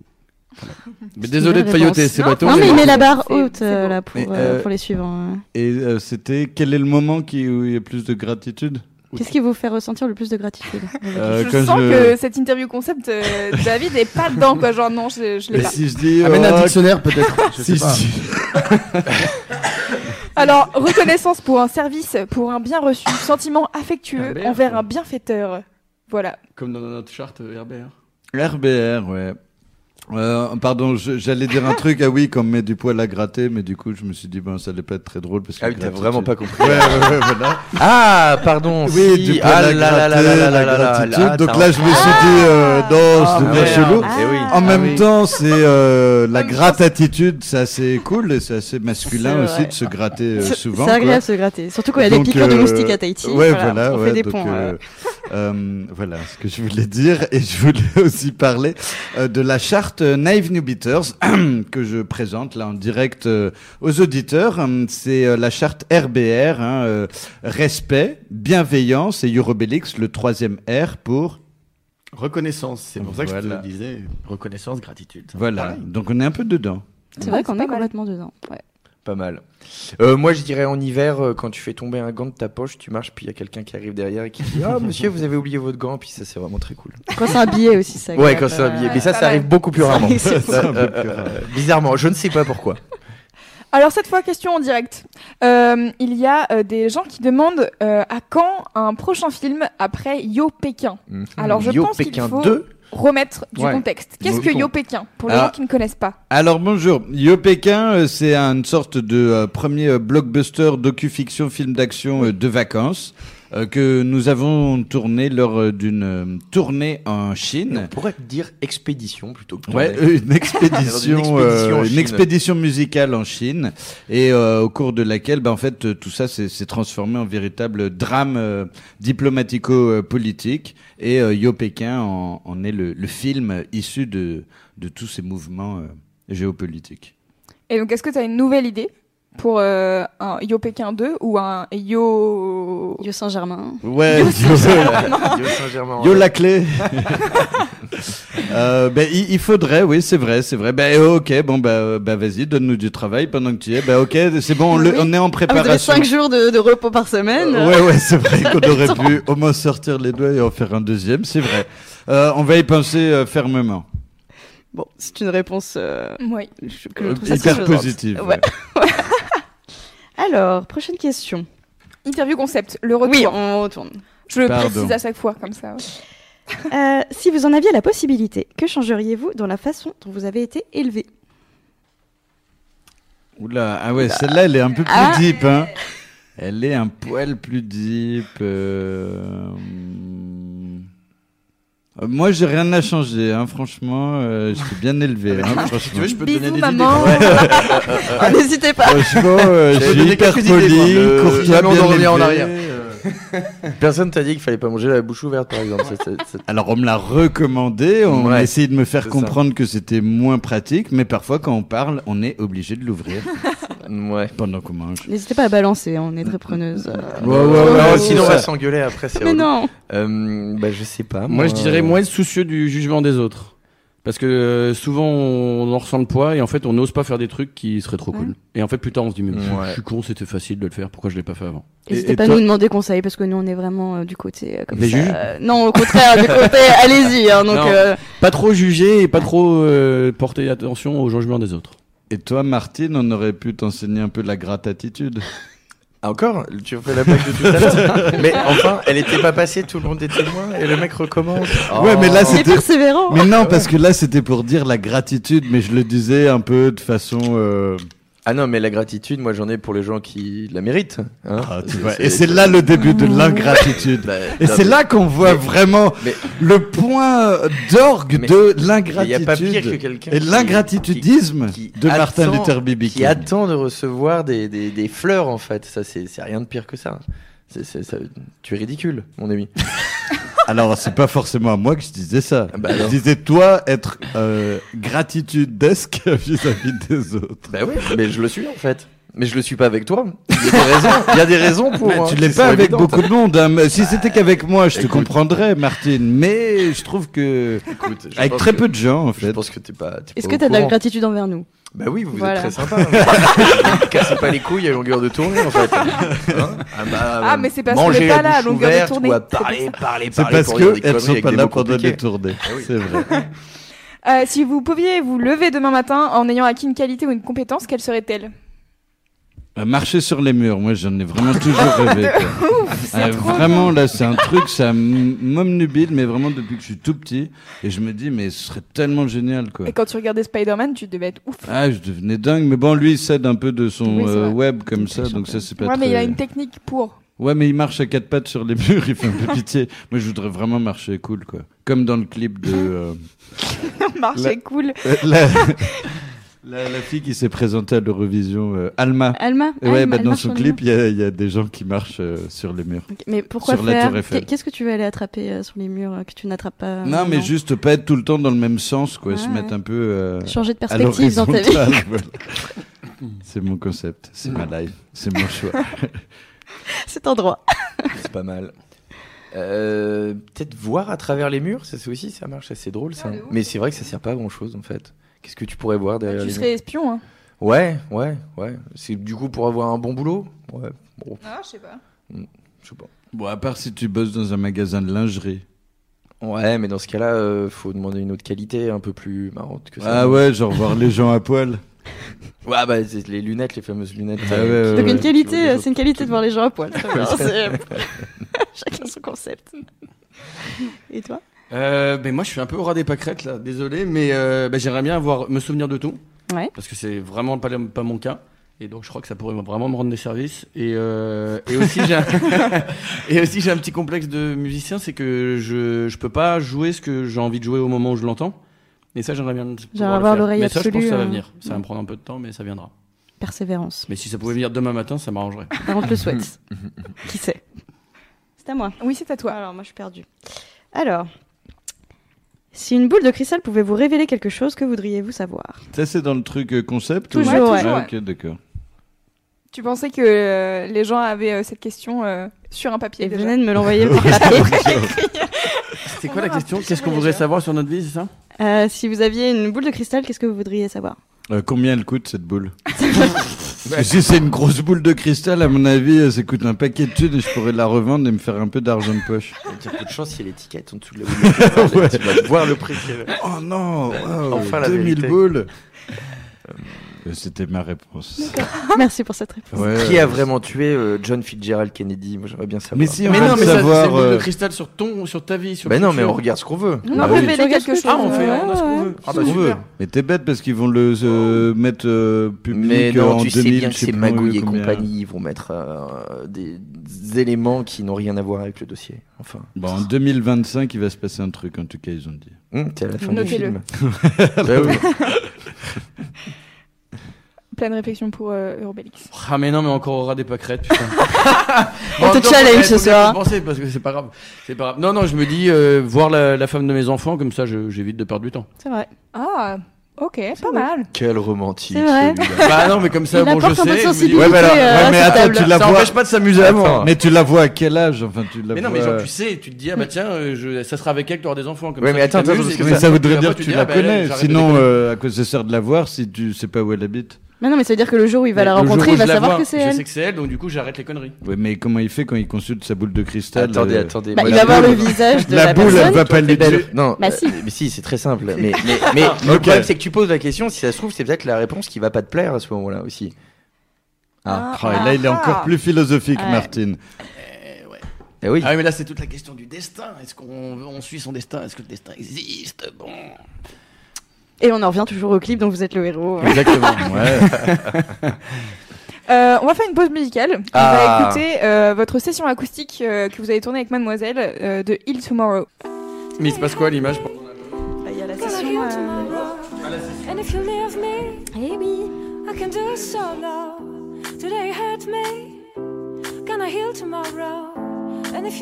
Quand même. mais désolé une de bonne failloter, réponse. c'est Non, bateau. Non, mais il met la barre C'est- haute c'est euh, beau. là pour, Mais, euh, euh, pour les suivants. ouais. Et euh, c'était quel est le moment qui où il y a plus de gratitude Qu'est-ce qui vous fait ressentir le plus de gratitude Euh, Je quand sens je- que cette interview concept, euh, David est pas dedans, quoi. Genre, non, je, je l'ai Mais pas. si je dis Amène oh, un dictionnaire peut-être. Ah, Je sais si, pas. si- Alors, reconnaissance pour un service, pour un bien reçu, sentiment affectueux Ah, merde. envers un bienfaiteur. Voilà. Comme dans notre charte euh, RBR. RBR, ouais. Euh, pardon, je- j'allais dire un truc. Ah oui, quand on met du poil à gratter, mais du coup, je me suis dit ben ça allait pas être très drôle parce que Ah oui, t'as gratitude- vraiment pas compris. Ouais, ouais, ouais, voilà. Ah, pardon. Oui, si. du poil ah à là là là là gratter, là la là là, gratitude. Donc t'as- là, je me suis dit euh, non, Ah, c'est bien merde. chelou. Eh oui. Ah. En même oui. temps, c'est (laughs) euh, la En même temps, gratte attitude, c'est assez cool et c'est assez masculin C'est aussi vrai. de se gratter euh, C'est- souvent. C'est quoi. agréable de se gratter. Surtout quand il y a des Donc, piqûres de euh, moustiques à Tahiti. Ouais, voilà, on ouais, fait des donc, ponts. euh, euh. (laughs) euh, voilà ce que je voulais dire. Et je voulais (laughs) aussi parler euh, de la charte euh, Naive New Beaters (clears throat) que je présente là en direct euh, aux auditeurs. Hum, C'est euh, la charte RBR, hein, euh, respect, bienveillance et Eurobélix, le troisième R pour... Reconnaissance, c'est pour ça que je Voilà. te le disais. Reconnaissance, gratitude. Voilà, donc on est un peu dedans. C'est vrai Ah, qu'on c'est est pas mal. complètement dedans. Ouais. Pas mal. Euh, moi, je dirais en hiver, euh, quand tu fais tomber un gant de ta poche, tu marches, puis il y a quelqu'un qui arrive derrière et qui dit Ah, monsieur, vous avez oublié votre gant, puis ça, c'est vraiment très cool. Quand c'est un billet aussi, ça. euh, Ouais, quand c'est un billet. ouais, Mais ça, Euh, pas ça arrive mal. beaucoup plus rarement. (laughs) C'est Ça, un peu euh, plus euh, rare. bizarrement, je ne sais pas pourquoi. Alors cette fois, question en direct. Euh, il y a euh, des gens qui demandent euh, à quand un prochain film après Yo Pékin. (laughs) Alors, je Yo pense qu'il Pékin faut- 2 remettre du Ouais. contexte. Qu'est-ce que Exactement. Yo Pékin Pour les Ah. gens qui ne connaissent pas. Alors bonjour, Yo Pékin, euh, c'est une sorte de euh, premier euh, blockbuster docu-fiction, film d'action euh, de vacances euh, que nous avons tourné lors euh, d'une euh, tournée en Chine. On pourrait dire expédition plutôt que (laughs) Ouais, tournée. euh, une expédition, expédition euh, en une Chine. expédition musicale en Chine, et euh, au cours de laquelle, bah, en fait, euh, tout ça s'est s'est transformé en véritable drame euh, diplomatico-politique, et euh, Yo Pékin en, en est le, le film issu de, de tous ces mouvements euh, géopolitiques. Et donc, est-ce que tu as une nouvelle idée pour euh, un Yo Pékin 2 ou un Yo. Yo Saint-Germain. Ouais, Yo, Ah, Yo Euh, Saint-Germain. (laughs) Yo la clé. (laughs) Euh, ben, il, il faudrait, oui, c'est vrai, c'est vrai. Ben ok, bon bah, euh, bah vas-y, donne-nous du travail pendant que tu y es. Ben ok, c'est bon, on, le- Oui. on est en Ah, vous avez hein. préparation. 5 jours de, de repos par semaine. Euh, ouais, ouais, c'est vrai Ça (laughs) qu'on fait aurait tant. pu au moins sortir les doigts et en faire un deuxième, c'est vrai. Euh, on va y penser euh, fermement. Bon, c'est une réponse euh, Oui. je- que je trouve Euh, hyper satisfaisante. positive. Ouais. ouais. Alors, prochaine question. Interview concept, le retour. Oui, on retourne. Je le Pardon. précise à chaque fois comme ça. ouais. Euh, si vous en aviez la possibilité, que changeriez-vous dans la façon dont vous avez été élevé Oula, ah ouais, celle-là, elle est un peu plus Ah. deep, hein. Elle est un poil plus deep. euh, euh, Moi, j'ai rien à changer, hein, franchement. euh, j'étais bien élevé, hein, Si Ah, tu franchement. veux, je peux te donner Bisous, des maman. (laughs) Ah, N'hésitez pas. Franchement, euh, Je vais je suis donner hyper quelques idées, moi. poli, Le- courtois, Jamais on bien en revient en élevé. arrière. idées. (laughs) Personne t'a dit qu'il fallait pas manger la bouche ouverte, par exemple. C'est- c'est- c'est- Alors on me l'a recommandé, on a Ouais, essayé de me faire c'est ça. comprendre que c'était moins pratique, mais parfois quand on parle, on est obligé de l'ouvrir Ouais. pendant qu'on mange. N'hésitez pas à balancer, on est très preneuse. Ouais, ouais, ouais, Ah, Non, ouais, sinon, c'est on va ça. s'engueuler après. c'est Mais relou. non Euh, bah, je sais pas. Moi, je dirais moins être soucieux du jugement des autres. Parce que euh, souvent, on en ressent le poids et en fait, on n'ose pas faire des trucs qui seraient trop cool. Et en fait, plus tard, on se dit, mais pff, Ouais. je suis con, c'était facile de le faire, pourquoi je l'ai pas fait avant Et- N'hésitez et pas à toi nous demander conseil parce que nous on est vraiment euh, du côté euh, comme Des ça. juges Euh, non, au contraire, du côté allez-y. hein, donc Non. euh, Pas trop juger et pas trop euh, porter attention aux jugements des autres. Et toi, Martine, on aurait pu t'enseigner un peu de la gratitude. Ah, encore Tu fais la blague de tout à (laughs) l'heure Mais enfin, elle était pas passée, tout le monde était loin, et le mec recommence. Ouais, mais là, c'est C'était- persévérant. Mais non, parce que là, c'était pour dire la gratitude, mais je le disais un peu de façon. euh, Ah non, mais la gratitude, moi, j'en ai pour les gens qui la méritent. hein. ah, tu vois. Et c'est là le début de l'ingratitude. Bah, Et non, c'est mais- là qu'on voit Mais- vraiment mais- le point d'orgue Mais- de mais Il n'y a pas pire que l'ingratitude quelqu'un. et qui- l'ingratitudisme qui- qui de Martin attend- Luther Bibi Qui attend de recevoir des, des, des fleurs, en fait. Ça, c'est c'est rien de pire que ça. C'est- c'est- ça- Tu es ridicule, mon ami. Alors, c'est pas forcément à moi que je disais ça. Ah bah je alors. disais, toi, être euh, gratitudesque (laughs) vis-à-vis des autres. Bah oui, (laughs) mais je le suis, en fait. Mais je le suis pas avec toi. Il y a des raisons, il y a des raisons pour. Mais hein, tu qui l'es sont pas avec évidentes. beaucoup de monde. hein. Mais Si c'était qu'avec moi, je te écoute. comprendrais, Martine. Mais je trouve que Écoute, je avec pense très que- peu de gens, en Je fait. pense que t'es pas. t'es Est-ce pas que au t'as de la courant. gratitude envers nous Bah oui, vous Voilà. êtes très sympa. hein. (laughs) Cassez pas les couilles à longueur de tournée en fait. Hein ah, bah, Ah, mais c'est parce qu'on manger est la pas là à bouche longueur de ouverte tournée. Ou à C'est pour parler, parler, parler. C'est parce pour dire que des elles conneries sont avec pas des là mots pour donner compliqués. Ah tourner. C'est vrai. (laughs) Euh, si vous pouviez vous lever demain matin en ayant acquis une qualité ou une compétence, quelle serait-elle Euh, Marcher sur les murs, moi j'en ai (laughs) vraiment toujours rêvé. quoi. Euh, vraiment là, c'est un truc, ça m- m'omnubile, mais vraiment depuis que je suis tout petit, et je me dis mais ce serait tellement génial quoi. Et quand tu regardais Spider-Man, tu devais être ouf. Ah, je devenais dingue, mais bon, lui, il cède un peu de son Oui, c'est euh, vrai. web comme Il ça, triche un donc peu. ça, c'est pas Ouais, très... mais il a une technique pour. (laughs) Ouais, mais il marche à quatre pattes sur les (laughs) murs, il fait un peu pitié. Moi, je voudrais vraiment marcher cool, quoi. Comme dans le clip de... euh, Marcher cool. euh, (laughs) la... la- la fille qui s'est présentée à l'Eurovision, euh, Alma. Alma Et ouais, Ah, Alma, bah, elle dans marche son sur clip, il y, a- il y a des gens qui marchent euh, sur les murs. les murs. Mais pourquoi sur la faire Tour Eiffel. Qu'est- Qu'est-ce que tu veux aller attraper euh, sur les murs euh, que tu n'attrapes pas euh, non, mais juste pas être tout le temps dans le même sens, quoi. Ouais, se ouais. mettre un peu... euh, Changer de à perspective dans ta vie. (laughs) l'horizontale, voilà. C'est mon concept, c'est ma life, c'est mon choix. (laughs) C'est un droit. C'est pas mal. Euh, Peut-être voir à travers les murs, ça c'est aussi, ça marche, ça, c'est drôle ça. Ah, de ouf. Mais c'est vrai que ça sert pas à grand chose en fait. Qu'est-ce que tu pourrais voir derrière Tu les serais murs espion, hein. Ouais, ouais, ouais. C'est du coup pour avoir un bon boulot Ouais, bon, Ah, je sais pas. je sais pas. (laughs) Bon, à part si tu bosses dans un magasin de lingerie. Ouais, mais dans ce cas-là, euh, faut demander une autre qualité un peu plus marrante que ça. Ah ouais, genre voir les gens à poil. Ouais, bah, c'est les lunettes, les fameuses lunettes. euh, Ah ouais, qui- ouais, Donc ouais. une qui voient qualité, les euh, autres. c'est une qualité de voir (laughs) les gens à poil. Très bien, c'est- Chacun son concept. Et toi Euh, ben moi, je suis un peu au ras des pâquerettes, là, désolé, mais euh, ben, j'aimerais bien avoir, me souvenir de tout. Ouais. Parce que c'est vraiment pas, le- pas mon cas. Et donc, je crois que ça pourrait vraiment me rendre des services. Et, euh, et aussi, j'ai un, (laughs) et aussi, j'ai un petit complexe de musicien, c'est que je, je peux pas jouer ce que j'ai envie de jouer au moment où je l'entends. Et ça, j'aimerais bien. pouvoir Genre le avoir faire. l'oreille Mais ça, je pense que ça va absolue, euh, venir. Ça va me prendre un peu de temps, mais ça viendra. Persévérance. Mais si ça pouvait venir demain matin, ça (laughs) m'arrangerait. Enfin, on te le (laughs) souhaite. Qui sait C'est à moi. Oui, c'est à toi. Alors, moi, je suis perdue. Alors, si une boule de cristal pouvait vous révéler quelque chose, que voudriez-vous savoir Ça, c'est dans le truc euh, concept Toujours, ou- ouais. Ah, ok, d'accord. Tu pensais que euh, les gens avaient euh, cette question euh, sur un papier Et déjà. venez de me (laughs) l'envoyer par papier. C'était On quoi la verra. question C'est Qu'est-ce sur qu'on les voudrait gens. savoir sur notre vie, c'est ça Euh, si vous aviez une boule de cristal, qu'est-ce que vous voudriez (laughs) savoir Euh, combien elle coûte (laughs) cette boule Parce que Si c'est une grosse boule de cristal, à mon avis, euh, ça coûte un paquet de thunes et je pourrais la revendre et me faire un peu d'argent de poche. (laughs) Il y a peu de chance, il y a l'étiquette en dessous de la boule. Tu vas voir (laughs) le prix. qu'elle- Oh non wow, Enfin, la 2000 vérité. boules Euh, C'était ma réponse. Merci pour cette réponse. Ouais, Qui a euh, vraiment tué euh, John Fitzgerald Kennedy Moi, j'aimerais bien savoir. Mais si on Mais veut non, mais ça, c'est savoir, une boule de euh, cristal sur ton, sur ta vie, sur. Bah qui non, tu mais es. on regarde ce qu'on veut. On Bah a oui. révélé Tu quelque regardes ce chose. que Ah, on fait, Ouais, on a ce qu'on ouais. veut. Ah bah, on Super. veut. mais t'es bête parce qu'ils vont le euh, mettre euh, public Mais non, en tu 2000, sais bien que je sais c'est plus Magouille et combien. compagnie. Ils vont mettre euh, des éléments qui n'ont rien à voir avec le dossier. Enfin, Bon, en 2025, il va se passer un truc, en tout cas, ils ont dit. hum, t'es à la fin Notez-le. du film. Bah oui. Pleine réflexion pour euh, Eurobelix. Ah mais non mais encore aura des pâquerettes (laughs) putain. On te non, challenge mais ce faut bien soir. compenser, parce que c'est pas grave. C'est pas grave. Non non, je me dis euh, voir la, la femme de mes enfants comme ça je- j'évite de perdre du temps. C'est vrai. Ah, ok, pas vrai. mal. Quel romantique. C'est vrai. celui-là. bah non mais comme ça Il bon je apporte un peu de sais. je me dis- sensibilité. Ouais, bah alors, euh, ouais, mais attends, acceptable. tu la ça vois- empêche pas de s'amuser avant. Mais tu la vois à quel âge Enfin, tu la Mais vois... non mais genre tu sais, tu te dis ah bah tiens euh, je- ça sera avec elle que tu auras des enfants comme Ouais, ça. mais tu attends, attends, t'amuses parce et que puis mais ça- ça après, voudrait tu dire vois, que tu tu dis, la ah, bah, elle, connais. j'arrête de Sinon, déconner. euh, à quoi ça sert de la voir si tu sais pas où elle habite Mais non, mais ça veut dire que le jour où il va Mais la le jour rencontrer, où il va je la savoir vois, que c'est Je elle. sais que c'est elle donc du coup j'arrête les conneries. Ouais, mais comment il fait quand il consulte sa boule de cristal Attendez, euh, attendez. Bah, moi, il la va voir le boule- visage de La, la, boule, elle personne. va pas lui dire. Non, Bah, euh, si. mais si, c'est très (laughs) simple. Mais, mais, mais le Ok. problème, c'est que tu poses la question. Si ça se trouve, c'est peut-être la réponse qui va pas te plaire à ce moment-là aussi. Ah, et là, il est encore plus philosophique, Ouais. Martine. Eh oui. Ah oui, mais là, c'est toute la question du destin. Est-ce qu'on on suit son destin Est-ce que le destin existe Bon. Et on en revient toujours au clip dont vous êtes le héros. Exactement. Ouais. Euh, on va faire une pause musicale. Ah. On va écouter euh, votre session acoustique euh, que vous avez tournée avec Mademoiselle euh, de Hill Tomorrow. Mais il se passe quoi à l'image Il y a la Cause I hear tomorrow. And if you leave me, maybe I can do solo. Today you hurt me, gonna heal tomorrow. And if you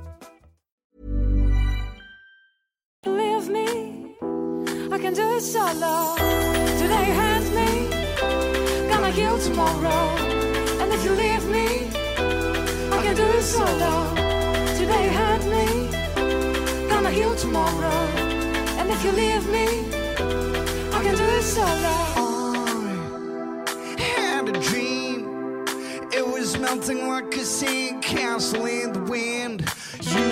leave me, I can do solo. Today you hurt me, gonna heal tomorrow. And if you leave me, I can do solo. Today you hurt me, gonna heal tomorrow. And if you leave me, I can do solo. had a dream. It was melting like a sand castle in the wind. You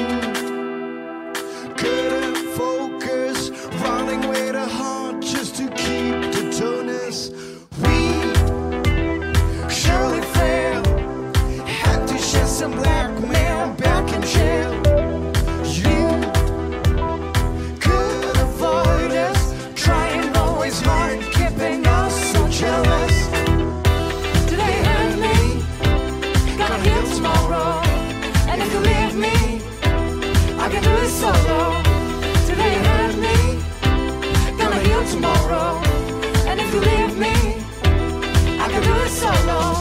couldn't focus, running way to heart just to keep the tonus. We surely failed. Had to shed some black man back in jail. You could avoid us, trying always hard, keeping us so jealous. Today hurt me, gonna heal tomorrow. And if you leave me, I can do it solo. Today hurt me, gonna heal tomorrow. And if you leave me, I can do it solo.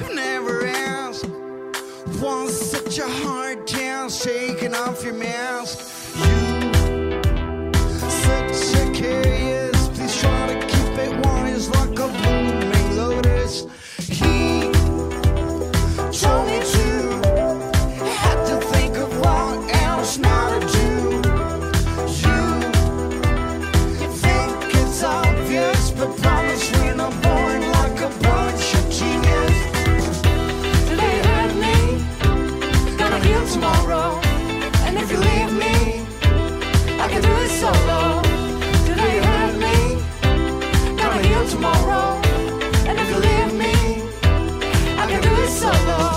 We never asked was such a hard task shaking off your mask. You, such a curious, please try to keep it wise like a blooming lotus. He told me to, had to think of what else not to do. You think it's obvious, but promise we're not born like a bunch of genius. They hurt me, gonna heal tomorrow. And if you leave me, I can do it solo. Do they hurt me? Gonna heal tomorrow. And if you leave me, I can do it solo.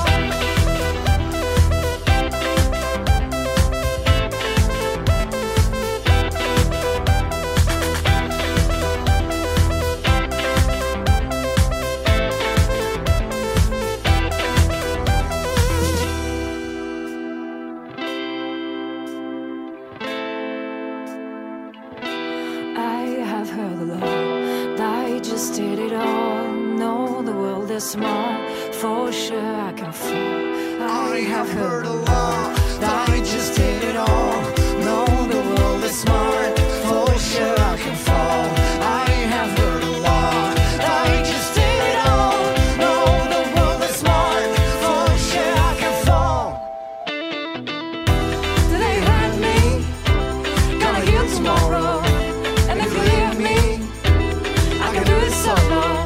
I have heard a lot. I just did it all. Know the world is small. For sure I can fall. I have heard a lot. I just did it all. No, the world is smart. For sure I can fall. I have heard a lot. I just did it all. No, the world is smart. For sure I can fall. Do they hurt me? Gonna heal tomorrow. And if you leave me, I can do it solo.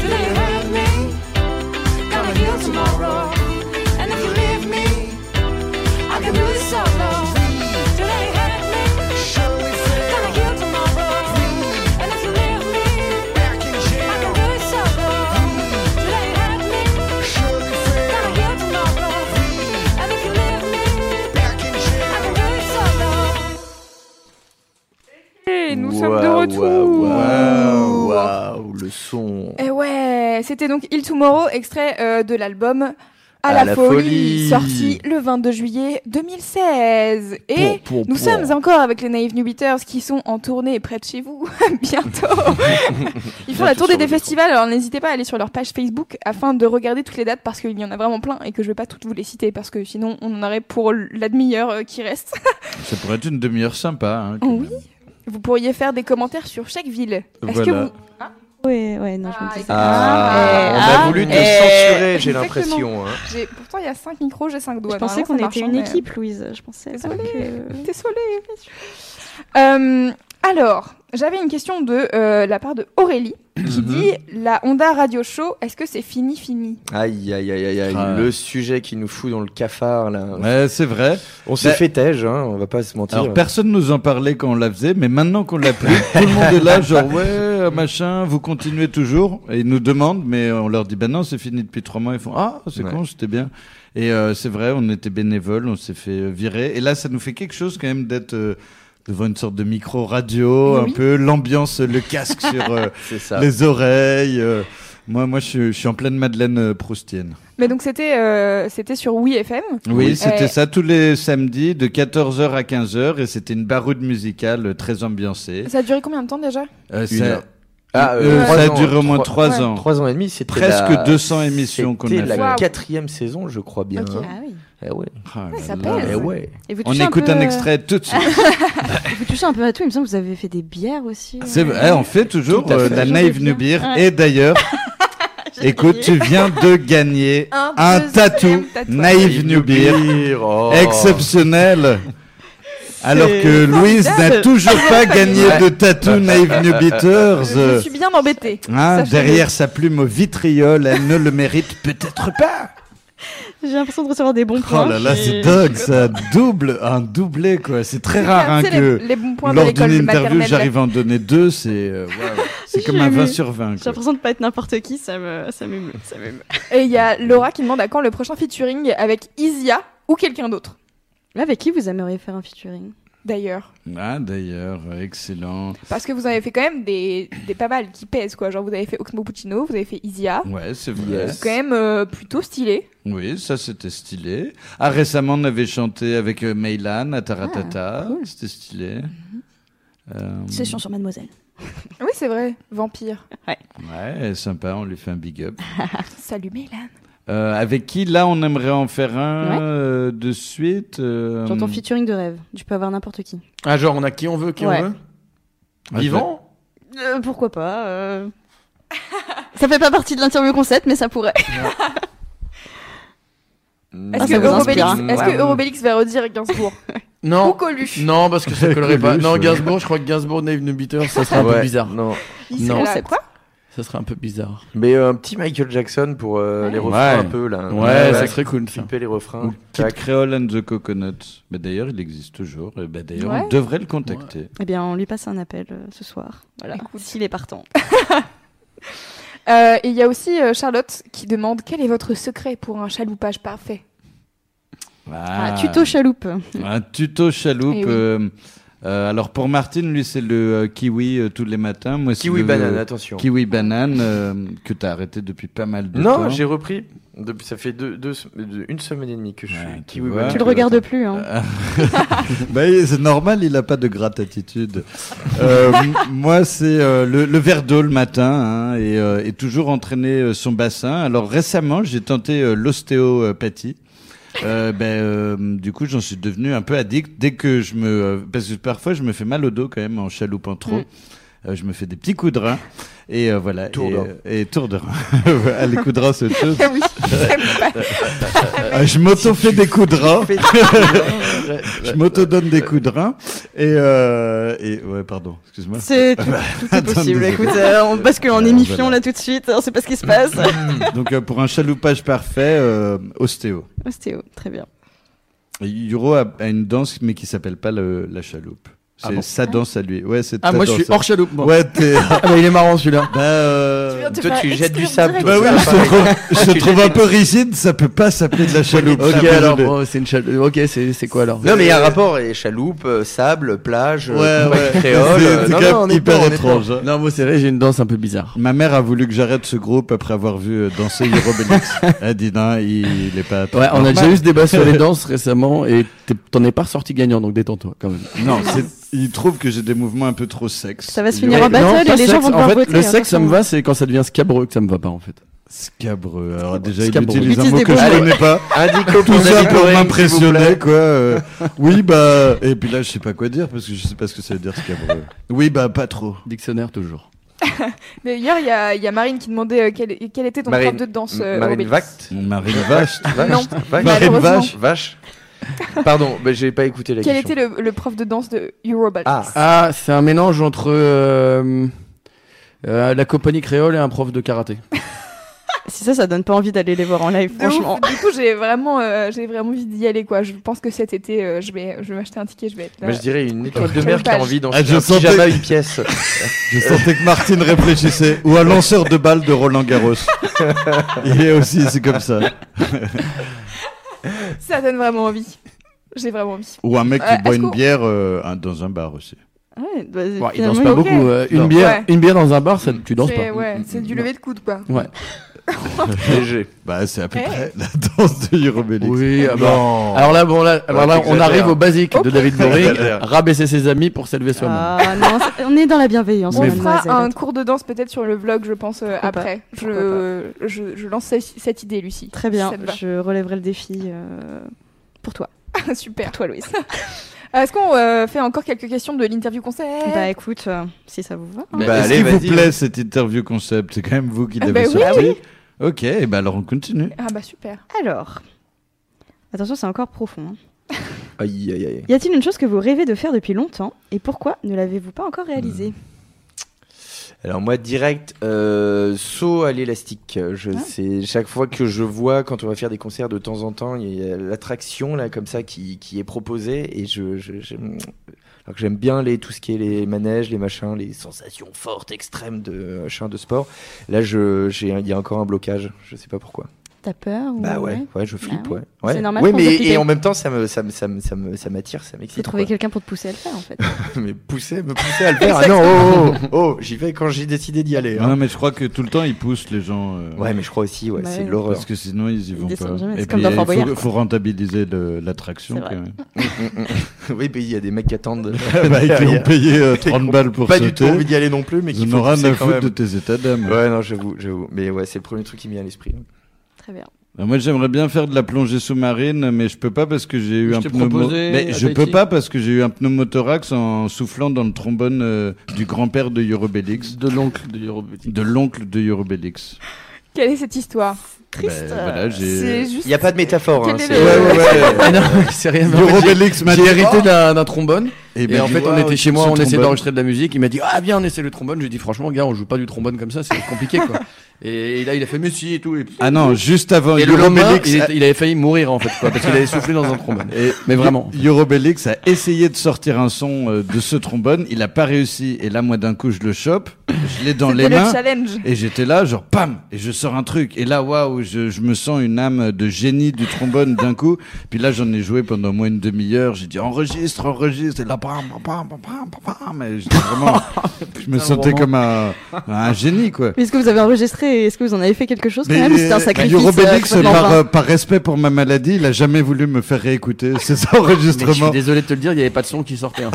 Do they hurt me? Gonna heal tomorrow. And if you leave me, I can do it solo. Do they hurt me? Surely Gonna fail. heal tomorrow. And if you leave me, Back in I can jail. do it solo. Do they hurt me? Surely Gonna fail. heal tomorrow. And if you leave me, Back in I can jail. do it solo. Et nous sommes Waouh, de retour. Eh, Waouh, waouh, waouh, le son. Et ouais, c'était donc Il Tomorrow, extrait euh, de l'album À, À la, la folie, folie. sorti le 22 juillet 2016. Et Pour, pour, nous pour. sommes encore avec les Naive New Beaters qui sont en tournée près de chez vous (laughs) bientôt. (laughs) Ils font la Bientôt tournée sur des le métro. festivals, alors n'hésitez pas à aller sur leur page Facebook afin de regarder toutes les dates parce qu'il y en a vraiment plein et que je vais pas toutes vous les citer parce que sinon on en aurait pour la demi-heure euh, qui reste. (laughs) Ça pourrait être une demi-heure sympa. hein, quand Oui. même. Vous pourriez faire des commentaires sur chaque ville. Est-ce que Voilà. vous Ouais, ouais, non, je me Ah, disais. Ah, Ah, on ah, a voulu te eh, censurer, j'ai exactement. l'impression. hein. J'ai- Pourtant, il y a 5 micros, j'ai 5 doigts. Je pensais Normalement, qu'on ça était marche, une hein, mais- équipe, Louise. Je pensais pas Désolée. que. Désolée. Euh, alors, j'avais une question de euh, la part de Aurélie Mhm. qui dit La Honda Radio Show, est-ce que c'est fini, fini Aïe, aïe, aïe, aïe, aïe. Ah. Le sujet qui nous fout dans le cafard, là. Ouais, c'est vrai. On s'est Bah- fait tège, hein, on va pas se mentir. Alors personne nous en parlait quand on la faisait, mais maintenant qu'on l'a pris, tout le monde est là, genre ouais, machin, vous continuez toujours. Et ils nous demandent, mais on leur dit ben non, c'est fini depuis trois mois. Ils font ah, c'est Ouais. con, c'était bien. Et euh, c'est vrai, on était bénévoles, on s'est fait euh, virer. Et là, ça nous fait quelque chose quand même d'être euh, devant une sorte de micro radio, Oui. un peu l'ambiance, le casque sur euh, c'est ça. les oreilles. euh. moi, moi, je, suis- je suis en pleine Madeleine euh, Proustienne. Mais donc, c'était euh, c'était sur Oui FM. Oui, c'était Euh, ça tous les samedis de 14h à 15h et c'était une baroude musicale euh, très ambiancée. Ça a duré combien de temps déjà Euh, Une ça- heure. Ah, euh, euh, trois ça a ans, duré au moins trois- 3 ouais. ans. Trois ans et demi, c'était Presque la- 200 émissions qu'on a C'était la fait. quatrième saison, je crois bien. Ok. Ah oui. Eh ouais. Ah là ça là. pèse. Eh ouais. Et vous On touchez écoute peu, un, euh, extrait tout de suite. Vous touchez un peu à tout. Il me semble que vous avez fait des bières aussi. C'est ouais. vrai, eh, on fait toujours Tout à euh, fait. la Toujours Naïve des Nubir. biens. Et d'ailleurs, écoute, tu viens de gagner Un un, deuxième tatou tatouage. Naïve Nubir. oh. Exceptionnel. Alors que Louise n'a formidable. toujours pas gagné Ouais. (laughs) de tatou Naïve Nubiters. Je suis bien embêtée. Hein, Sachez-le. derrière sa plume au vitriol, elle ne le mérite peut-être pas. J'ai l'impression de recevoir des bons Oh points. là là, Je- c'est dingue, ça double, un doublé quoi. C'est très rare hein, Tu sais, les, que les bons points de lors l'école d'une de interview, maternelle. j'arrive à en donner deux. C'est euh, waouh, c'est comme J'ai un 20 vu. sur 20. J'ai quoi. l'impression de pas être n'importe qui. Ça me, ça m'émeut, ça m'émeut. Et il y a Laura qui demande à quand le prochain featuring avec Isia ou quelqu'un d'autre, Là, avec qui vous aimeriez faire un featuring d'ailleurs. Ah d'ailleurs, excellent. Parce que vous avez fait quand même des, des pas mal qui pèsent, quoi. Genre, vous avez fait Oxmo Puccino, vous avez fait Isia. Ouais, c'est vrai. Yes. quand même euh, plutôt stylé. Oui, ça c'était stylé. Ah récemment, on avait chanté avec euh, Meylan à Ah, Taratata. C'était stylé. Mm-hmm. Euh, Session sur Mademoiselle. Oui, c'est vrai. Vampire. ouais, sympa. On lui fait un big up. Salut Mélane. euh, avec qui là on aimerait en faire un Ouais. euh, de suite. euh, Genre ton featuring de rêve. Tu peux avoir n'importe qui. Ah, genre, on a qui on veut, qui Ouais. on veut Ah, je- Vivant Euh, pourquoi pas (laughs) euh. Ça fait pas partie de l'interview concept, mais ça pourrait. Est-ce Ah, que ça vous Eurobélix, inspire, hein. est-ce que Ouais. Oh. Eurobélix va redire Gainsbourg ou Non. Coluche Non, parce que (laughs) ça collerait pas. Coluche, Non, ouais. Gainsbourg, je crois que Gainsbourg, Nave Beater, ça serait un peu Ouais, bizarre. Non. Il Non. serait là, Concept. quoi Ça serait un peu bizarre. Mais euh, un petit Michael Jackson pour euh, les refrains Ouais. un peu là. Ouais, ça serait cool. ça. flipper les refrains. Ou Kid Tac. Creole and the Coconuts. Bah, d'ailleurs, il existe toujours. Et bah, d'ailleurs, Ouais. on devrait le contacter. Eh bien, on lui passe un appel euh, ce soir. Voilà. S'il est partant. Euh, et il y a aussi euh, Charlotte qui demande quel est votre secret pour un chaloupage parfait Ah, tuto chaloupe. Un tuto chaloupe. Eh oui. euh, euh, alors pour Martine, lui, c'est le euh, kiwi euh, tous les matins. Moi, c'est Kiwi le, banane, euh, attention. kiwi banane euh, que t'as arrêté depuis pas mal de temps. Non, j'ai repris. Depuis, ça fait deux, deux, deux- une semaine et demie que je Ouais, suis tu kiwi vois. banane. Tu le regardes plus, hein. Bah, il- c'est normal, il a pas de gratte attitude. Euh, m- moi, c'est euh, le, le verre d'eau le matin hein, et, euh, et toujours entraîner euh, son bassin. Alors récemment, j'ai tenté euh, l'ostéopathie. Euh, ben, euh, du coup, j'en suis devenu un peu addict dès que je me, euh, parce que parfois je me fais mal au dos quand même en chaloupant trop. Mm. Euh, je me fais des petits coups de rein et euh, voilà Tour et, euh, de rein. et tour de rein. (laughs) Ah, les coups de rein, c'est autre chose. Ah oui, Ah, je m'auto fais des coups de rein. Je m'auto-donne des coups de rein. Et, euh, et ouais, pardon, excuse-moi. C'est tout, tout est attends, possible. désolé. Écoute, euh, on bascule en Alors, émifion voilà. là tout de suite. On sait pas ce qui se passe. Donc euh, pour un chaloupage parfait, euh, ostéo. Ostéo, très bien. Et Yuro a, a une danse, mais qui s'appelle pas le- la chaloupe. C'est Ah bon sa danse à lui. Ouais, c'est Ah, ta moi, je danse suis à- hors chaloupe, moi. Ouais, t'es. Ah, bah, il est marrant, celui-là. bah, euh, te Toi, faire tu jettes du exclure sable. direct. bah toi, oui, ça je paraît. te Ah, trouve, je te Tu trouve jettes un des- peu rigide, ça peut pas s'appeler de la chaloupe. Ok, ça, alors, désolé. bon, c'est une chaloupe. Ok, c'est c'est quoi alors Non, mais il y a un rapport. Et chaloupe, euh, sable, plage, Ouais, euh, compagnie ouais. (laughs) créole. C'est- euh, c'est non, quand même non, on est hyper pas, on est étrange. hein. Non, moi, c'est vrai, j'ai une danse un peu bizarre. Ma mère a voulu que j'arrête ce groupe après avoir vu euh, danser Hiro Belix. Elle dit non, il, il est pas. Ouais, on a normal. déjà eu ce débat sur les danses récemment et t'es- t'en es pas ressorti gagnant, donc détends-toi quand même. Non, c'est- il trouve que j'ai des mouvements un peu trop sexes. Ça va se Il- finir en Ouais, non, battle pas et les gens sexe. vont En devoir fait, voter. hein, Le sexe, ça me attention. va, c'est quand ça devient scabreux que ça me va pas en fait. Scabreux. Alors déjà, il Scabreux. utilise un Utilise mot des que beaux je mots. connais pas. Indico Tout ça pour David Cohen, s'il vous m'impressionner, plaît. quoi. euh, oui, bah. Et puis là, je sais pas quoi dire parce que je sais pas ce que ça veut dire scabreux. Oui, bah pas trop. Dictionnaire toujours. Mais hier, il y a, il y a Marine qui demandait euh, quel, quel était ton Marine- prof de danse euh, Marine Eurobélix. Vact. Mon mari vache. Non, Vact. malheureusement. Vache. Vache. Pardon, bah, j'ai pas écouté la Quel question. était le, le prof de danse de Eurobelix Ah. Ah, c'est un mélange entre euh, euh, la compagnie créole et un prof de karaté. Si ça, ça donne pas envie d'aller les voir en live, De ouf. franchement. Du coup, j'ai vraiment, euh, j'ai vraiment envie d'y aller, quoi. Je pense que cet été, euh, je vais, je vais m'acheter un ticket, je vais être là. Moi, je dirais une étoile de Quelle mer qui a page. envie d'en Ah, je un sentais- pyjama, une (laughs) pièce. Bah, Je sentais que Martine réfléchissait. Ou un lanceur de balles de Roland Garros. Il est aussi, c'est comme ça. Ça donne vraiment envie. J'ai vraiment envie. Ou un mec Euh, qui boit est-ce une qu'on- bière euh, un- dans un bar aussi. Ouais, bah, Ouais, il finalement, danse il- pas Ah, ok. beaucoup. euh, une Non. bière, Ouais. une bière dans un bar, ça, tu danses C'est pas. ouais, c'est du lever de coude, quoi. Léger. Bah, c'est à peu Eh. près la danse de Eurobelix. Oui, ah bah. Non. Alors là, bon, là, alors Ouais, là, on t'exagères. arrive au basique de David (laughs) Boring, T'exagères. rabaisser ses amis pour s'élever soi-même. Ah non, c'est- on est dans la bienveillance. On fera mademoiselle. un cours de danse peut-être sur le vlog, je pense, euh, Pourquoi après. pas. Je, je, je lance cette- cette idée, Lucie. Très bien, Ça te va. (laughs) je relèverai le défi euh, pour toi. Super. Pour toi, Louise. Est-ce qu'on euh, fait encore quelques questions de l'interview concert bah écoute, euh, si ça vous va. hein. Bah, Bah, allez, Est-ce qu'il vous vas-y. plaît cette interview concept C'est quand même vous qui Ah l'avez bah oui. sorti. Ah Ok, et bah alors on continue. Ah bah super. Alors, attention, c'est encore profond. hein. Aïe, aïe, aïe. Y a-t-il une chose que vous rêvez de faire depuis longtemps et pourquoi ne l'avez-vous pas encore réalisée Hmm. Alors moi direct euh, saut à l'élastique. Je Ah. sais chaque fois que je vois quand on va faire des concerts de temps en temps, il y a l'attraction là comme ça qui, qui est proposée et je, je- j'aime- alors que j'aime bien les tout ce qui est les manèges, les machins, les sensations fortes extrêmes de machin de sport. Là je j'ai il y a encore un blocage, je sais pas pourquoi. T'as peur ou... Bah ouais, ouais, je flippe ouais. ouais. ouais. C'est normal Ouais, qu'on soit mais flippé. et en même temps ça me ça me ça me ça me- ça m'attire, ça Faut m'excite. trouver quoi. quelqu'un pour te pousser à le faire en (laughs) fait. (laughs) mais pousser, me pousser (laughs) à le faire. Ah non, oh, oh, oh, oh, j'y vais quand j'ai décidé d'y aller. Non, hein. mais je crois que tout le temps ils poussent les gens. euh, Ouais, mais je crois aussi, ouais, Bah c'est ouais. l'horreur. Parce que sinon ils y vont descendent pas. jamais, Et c'est comme puis dans il Fort faut, Boyard. faut rentabiliser le- l'attraction. C'est quand vrai. même. (laughs) oui, mais il y a des mecs qui (laughs) attendent. (laughs) bah, ils l'ont Derrière. payé euh, (laughs) Ils 30 ont balles pour pas du tout sauter. envie d'y aller non plus, mais Ils qui en faut auront rien pousser à quand foutre même. de tes états d'âme. Ouais, non, j'avoue, j'avoue. Mais ouais, c'est le premier truc qui me vient à l'esprit. Très bien. Euh, Moi, j'aimerais bien faire de la plongée sous-marine, mais je peux pas parce que j'ai eu Je un t'ai pneumo- proposé, Mais je Tahiti. peux pas parce que j'ai eu un pneumothorax en soufflant dans le trombone euh, du grand-père de Eurobélix, De l'oncle de l'Eurométrie. de l'oncle de Eurobélix. Quelle est cette histoire Triste. Ben, voilà, C'est j'ai. juste. Il n'y a pas de métaphore. hein, Quel est c'est- le- Ouais, ouais, ouais. (laughs) Ah non, (laughs) c'est rien. mais en fait, Eurobélix m'a J'ai dit, hérité d'un d'un trombone. oh. Et, ben, Eh en j'ai fait, dit, on waouh, était chez moi, ce on essayait trombone. d'enregistrer de la musique. Il m'a dit Ah, viens, on essaie le trombone. J'ai dit Franchement, gars, on joue pas du trombone comme ça, c'est compliqué (laughs) quoi. et là, il a fait Mais si et tout. Et, Ah non, juste avant et le lendemain, Eurobélix. il, a- est- il avait failli mourir en fait quoi, parce qu'il avait soufflé dans un trombone. Et- eh, Mais vraiment. Eurobélix a essayé de sortir un son euh, de ce trombone, il a pas réussi. Et là, moi, d'un coup, je le chope, je l'ai dans les C'était le mains. challenge. Et j'étais là, genre, pam, et je sors un truc. Et là, waouh, je, je me sens une âme de génie du trombone d'un coup. Puis là, j'en ai joué pendant au moins une demi-heure. J'ai dit, enregistre, enregistre. Et là, pam, pam, pam, pam, pam, pam, pam. Et j'étais vraiment, je me sentais vraiment. comme un, un génie, quoi. Mais est-ce que vous avez enregistré et Est-ce que vous en avez fait quelque chose quand même Mais, ou C'était Ah, un euh, sacrifice. Eurobélix, euh, complètement par, vain euh, par respect pour ma maladie, il a jamais voulu me faire réécouter (laughs) ces Mais je suis enregistrements. désolé de te le dire, il n'y avait pas de son qui sortait. hein.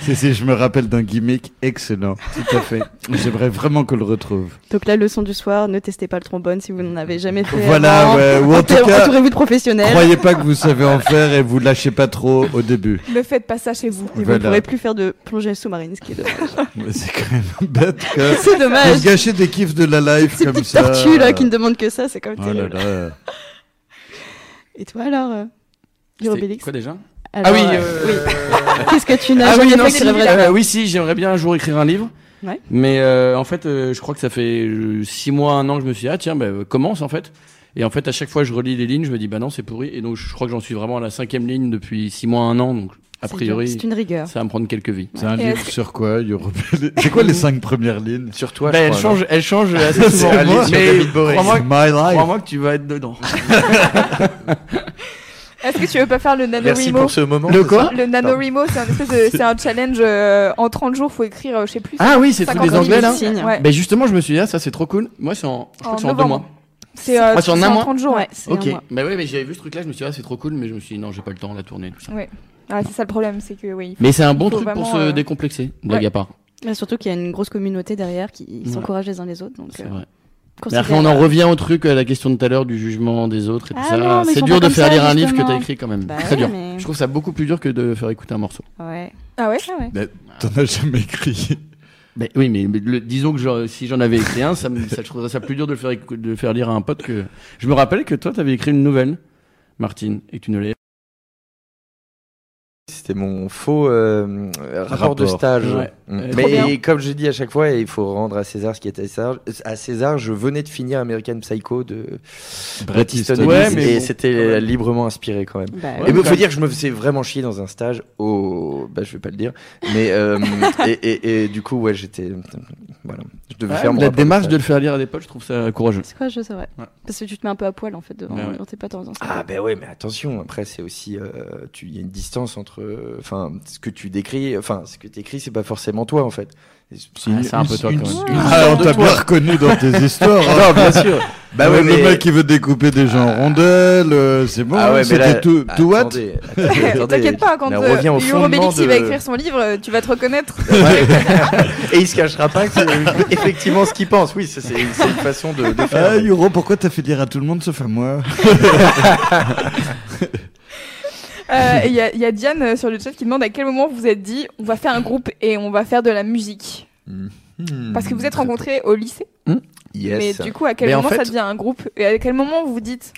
Si, si, je me rappelle d'un gimmick excellent. Tout à fait. J'aimerais vraiment qu'on (laughs) le retrouve. Donc la leçon du soir, ne testez pas le trombone si vous n'en avez jamais fait. Voilà, avant. ouais, ou en tout Entourez- cas, Entourez-vous de professionnels. croyez pas que vous savez en faire et vous lâchez pas trop au début. Ne faites pas ça chez vous. Et vous Voilà. ne pourrez plus faire de plongée sous-marine, ce qui est dommage. Mais C'est quand même (laughs) bête, quoi. (laughs) c'est De dommage. se gâcher des kiffs de la life Ces comme petites ça. tortues là qui ne demandent que ça, c'est quand même Oh là terrible. là. Et toi alors, euh, Eurobélix Quoi déjà Alors, euh, oui. Qu'est-ce que tu n'as Ah oui, jamais non, fait si, que tu rêverais euh, oui, si, j'aimerais bien un jour écrire un livre. Ouais. Mais euh, en fait, euh, je crois que ça fait euh, six mois, un an que je me suis dit, ah tiens, bah, euh, commence en fait. Et en fait, à chaque fois, je relis les lignes, je me dis, bah non, c'est pourri. Et donc, je crois que j'en suis vraiment à la cinquième ligne depuis six mois, un an. Donc, a C'est priori, dur, C'est une rigueur. ça va me prendre quelques vies. C'est un Et livre est-ce sur quoi Eurobélix C'est quoi les cinq premières lignes Sur toi, Bah, je elle, crois, change, elle change assez C'est souvent. un livre sur mais David Bowie. crois-moi My life. crois-moi que tu vas être dedans. Est-ce que tu veux pas faire le non Merci NaNoWriMo pour ce moment. Le quoi Le NaNoWriMo, c'est un espèce de, c'est un challenge euh, en 30 jours, faut écrire, euh, je sais plus. Ah oui, c'est tous 50 des 000 anglais là. signes. Ouais. Ben justement, je me suis dit, ah, ça c'est trop cool. Moi, c'est en, je crois En que c'est en deux novembre. mois. C'est euh, Ah, sur un c'est en mois 30 jours. Ouais, Ouais. c'est Ok. un mois. Bah oui, mais j'avais vu ce truc-là, je me suis dit, ah, c'est trop cool, mais je me suis dit, non, j'ai pas le temps, la tournée, tout ça. Ah, c'est ça le problème, c'est que oui. Mais c'est un bon Faut truc pour vraiment, se euh, décomplexer, ouais. blague à part. Mais surtout qu'il y a une grosse communauté derrière qui Ouais. s'encourage les uns les autres. Donc, C'est euh, vrai. Mais considérez- après, on en revient au truc, à la question de tout à l'heure du jugement des autres et tout Ah ça. non, mais ils c'est sont dur pas de comme faire ça, lire un livre que justement. t'as écrit quand même. Bah (laughs) Très ouais, dur. mais- Je trouve ça beaucoup plus dur que de faire écouter un morceau. Ouais. Ah ouais Ah ouais. T'en as jamais écrit. Mais oui, mais mais le- disons que j'aurais- si j'en avais écrit un, ça, me- ça, je trouverais ça plus dur de le faire, écou- de le faire lire à un pote que. Je me rappelle que toi, t'avais écrit une nouvelle, Martine, et que tu ne l'as C'était mon faux euh, euh, rapport, Rapport. de stage. Ouais. Mm. Euh, Trop bien. Mais comme je dis à chaque fois, il faut rendre à César ce qui est à César. À César, je venais de finir American Psycho de Bret Easton Easton Ouais, Ellis, mais et bon, c'était quand même. librement inspiré quand même. Bah, Ouais, et oui. il mais quand faut même. dire que je me faisais vraiment chier dans un stage au. Bah, je vais pas le dire. Mais. euh, et, et- et du coup, ouais, j'étais. Voilà. Je devais faire mon La rapport démarche de stage. le faire lire à des potes, je trouve ça courageux. C'est quoi, je sais, ouais. Bah Ouais. Parce que tu te mets un peu à poil en fait devant. Ouais, ouais. on t'est pas dans un Ah, ben ouais, mais attention, après, c'est aussi. euh, tu- Il y a une distance entre. euh, Enfin, ce que tu décris. Enfin, ce que tu écris, c'est pas forcément toi, en fait. C'est Ah, c'est un peu toi, quand même. Ah, on t'a bien reconnu dans tes histoires. (laughs) hein. Non, bien sûr. Bah Ouais, Le mec qui veut découper des Ah. gens en rondelles, euh, c'est bon, Ah ouais, mais là- c'était tout, tout what Attendez, attendez, attendez. T'inquiète pas, quand Là, on euh, revient au Hugo Bélix, fondement il va de- écrire son livre, euh, tu vas te reconnaître. Ouais. (laughs) Et il se cachera pas que c'est (laughs) effectivement ce qu'il pense. Oui, ça, c'est c'est une façon de, de Ah, faire. Yuro, pourquoi t'as fait lire à tout le monde sauf à moi Eh Euh, et Il y, a- il y a Diane euh, sur le chat qui demande à quel moment vous vous êtes dit on va faire un groupe et on va faire de la musique. Hmm. Parce que vous êtes rencontrés au lycée, Yes. mais du coup à quel Mais en moment ça fait- devient un groupe et à quel moment vous vous dites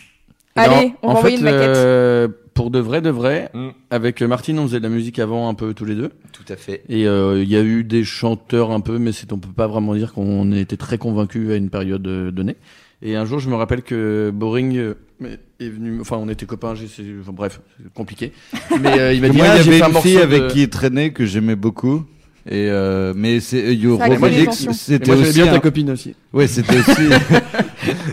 Non, allez on en va envoyer fait, une maquette. euh, pour de vrai, de vrai, Mm. avec euh, Martine, on faisait de la musique avant un peu tous les deux. Tout à fait. Et euh, il y a eu des chanteurs un peu, mais c'est, on peut pas vraiment dire qu'on était très convaincus à une période euh, donnée. Et un jour, je me rappelle que Boring euh, est venu, enfin, on était copains, j'ai, c'est- enfin, bref, c'est (laughs) compliqué. Mais euh, il m'a Et dit, Moi, ah, il j'ai y fait un avait une morceau fille avec de- qui il traînait que j'aimais beaucoup. Et euh, mais c'est euh, Yuro Ça a créé des Bélix, tensions. Et c'était moi, j'aimais aussi. bien ta un- copine aussi. Ouais, c'était (laughs) aussi.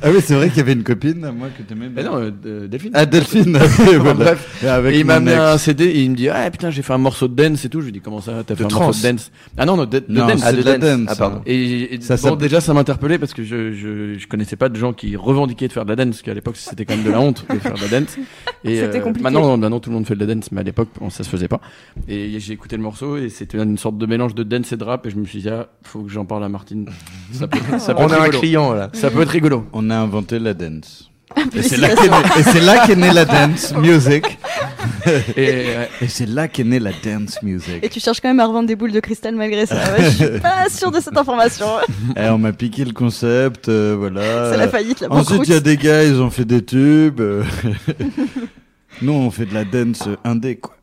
ah oui, c'est vrai qu'il y avait une copine à moi que t'aimais. Mais bien. non, euh, euh, Delphine. (laughs) Ah (laughs) Delphine. ok, Enfin, voilà. bref. Et avec Et il mon m'a amené ex. un CD et il me dit ah putain j'ai fait un morceau de dance et tout je lui dis comment ça t'as fait un morceau de dance ah non non de, de Non, dance c'est de de la dance. dance. Ah, pardon. Et, et Ça bon, s'appelle- déjà, ça m'interpellait parce que je, je, je connaissais pas de gens qui revendiquaient de faire de la dance, parce qu'à l'époque, c'était quand même de la honte de faire de la (laughs) dance. Et euh, C'était compliqué. Maintenant, maintenant, tout le monde fait de la dance, mais à l'époque, bon, ça se faisait pas. Et j'ai écouté le morceau et c'était une sorte de mélange de dance et de rap et je me suis dit, ah, faut que j'en parle à Martine. Ça peut, ça peut On être a un rigolo. client là. Ça peut être rigolo. On a inventé la dance. bah, Et c'est là qu'est née- et c'est là qu'est née la dance music. Et, ouais. (laughs) Et euh, c'est là qu'est née la dance music. Et tu cherches quand même à revendre des boules de cristal malgré ça. Ouais, je (laughs) suis pas sûre de cette information. Eh, on m'a piqué le concept, euh, voilà. C'est la faillite, la Ensuite, banqueroute. il y a des gars, ils ont fait des tubes. (laughs) euh. Nous, on fait de la dance indé, quoi.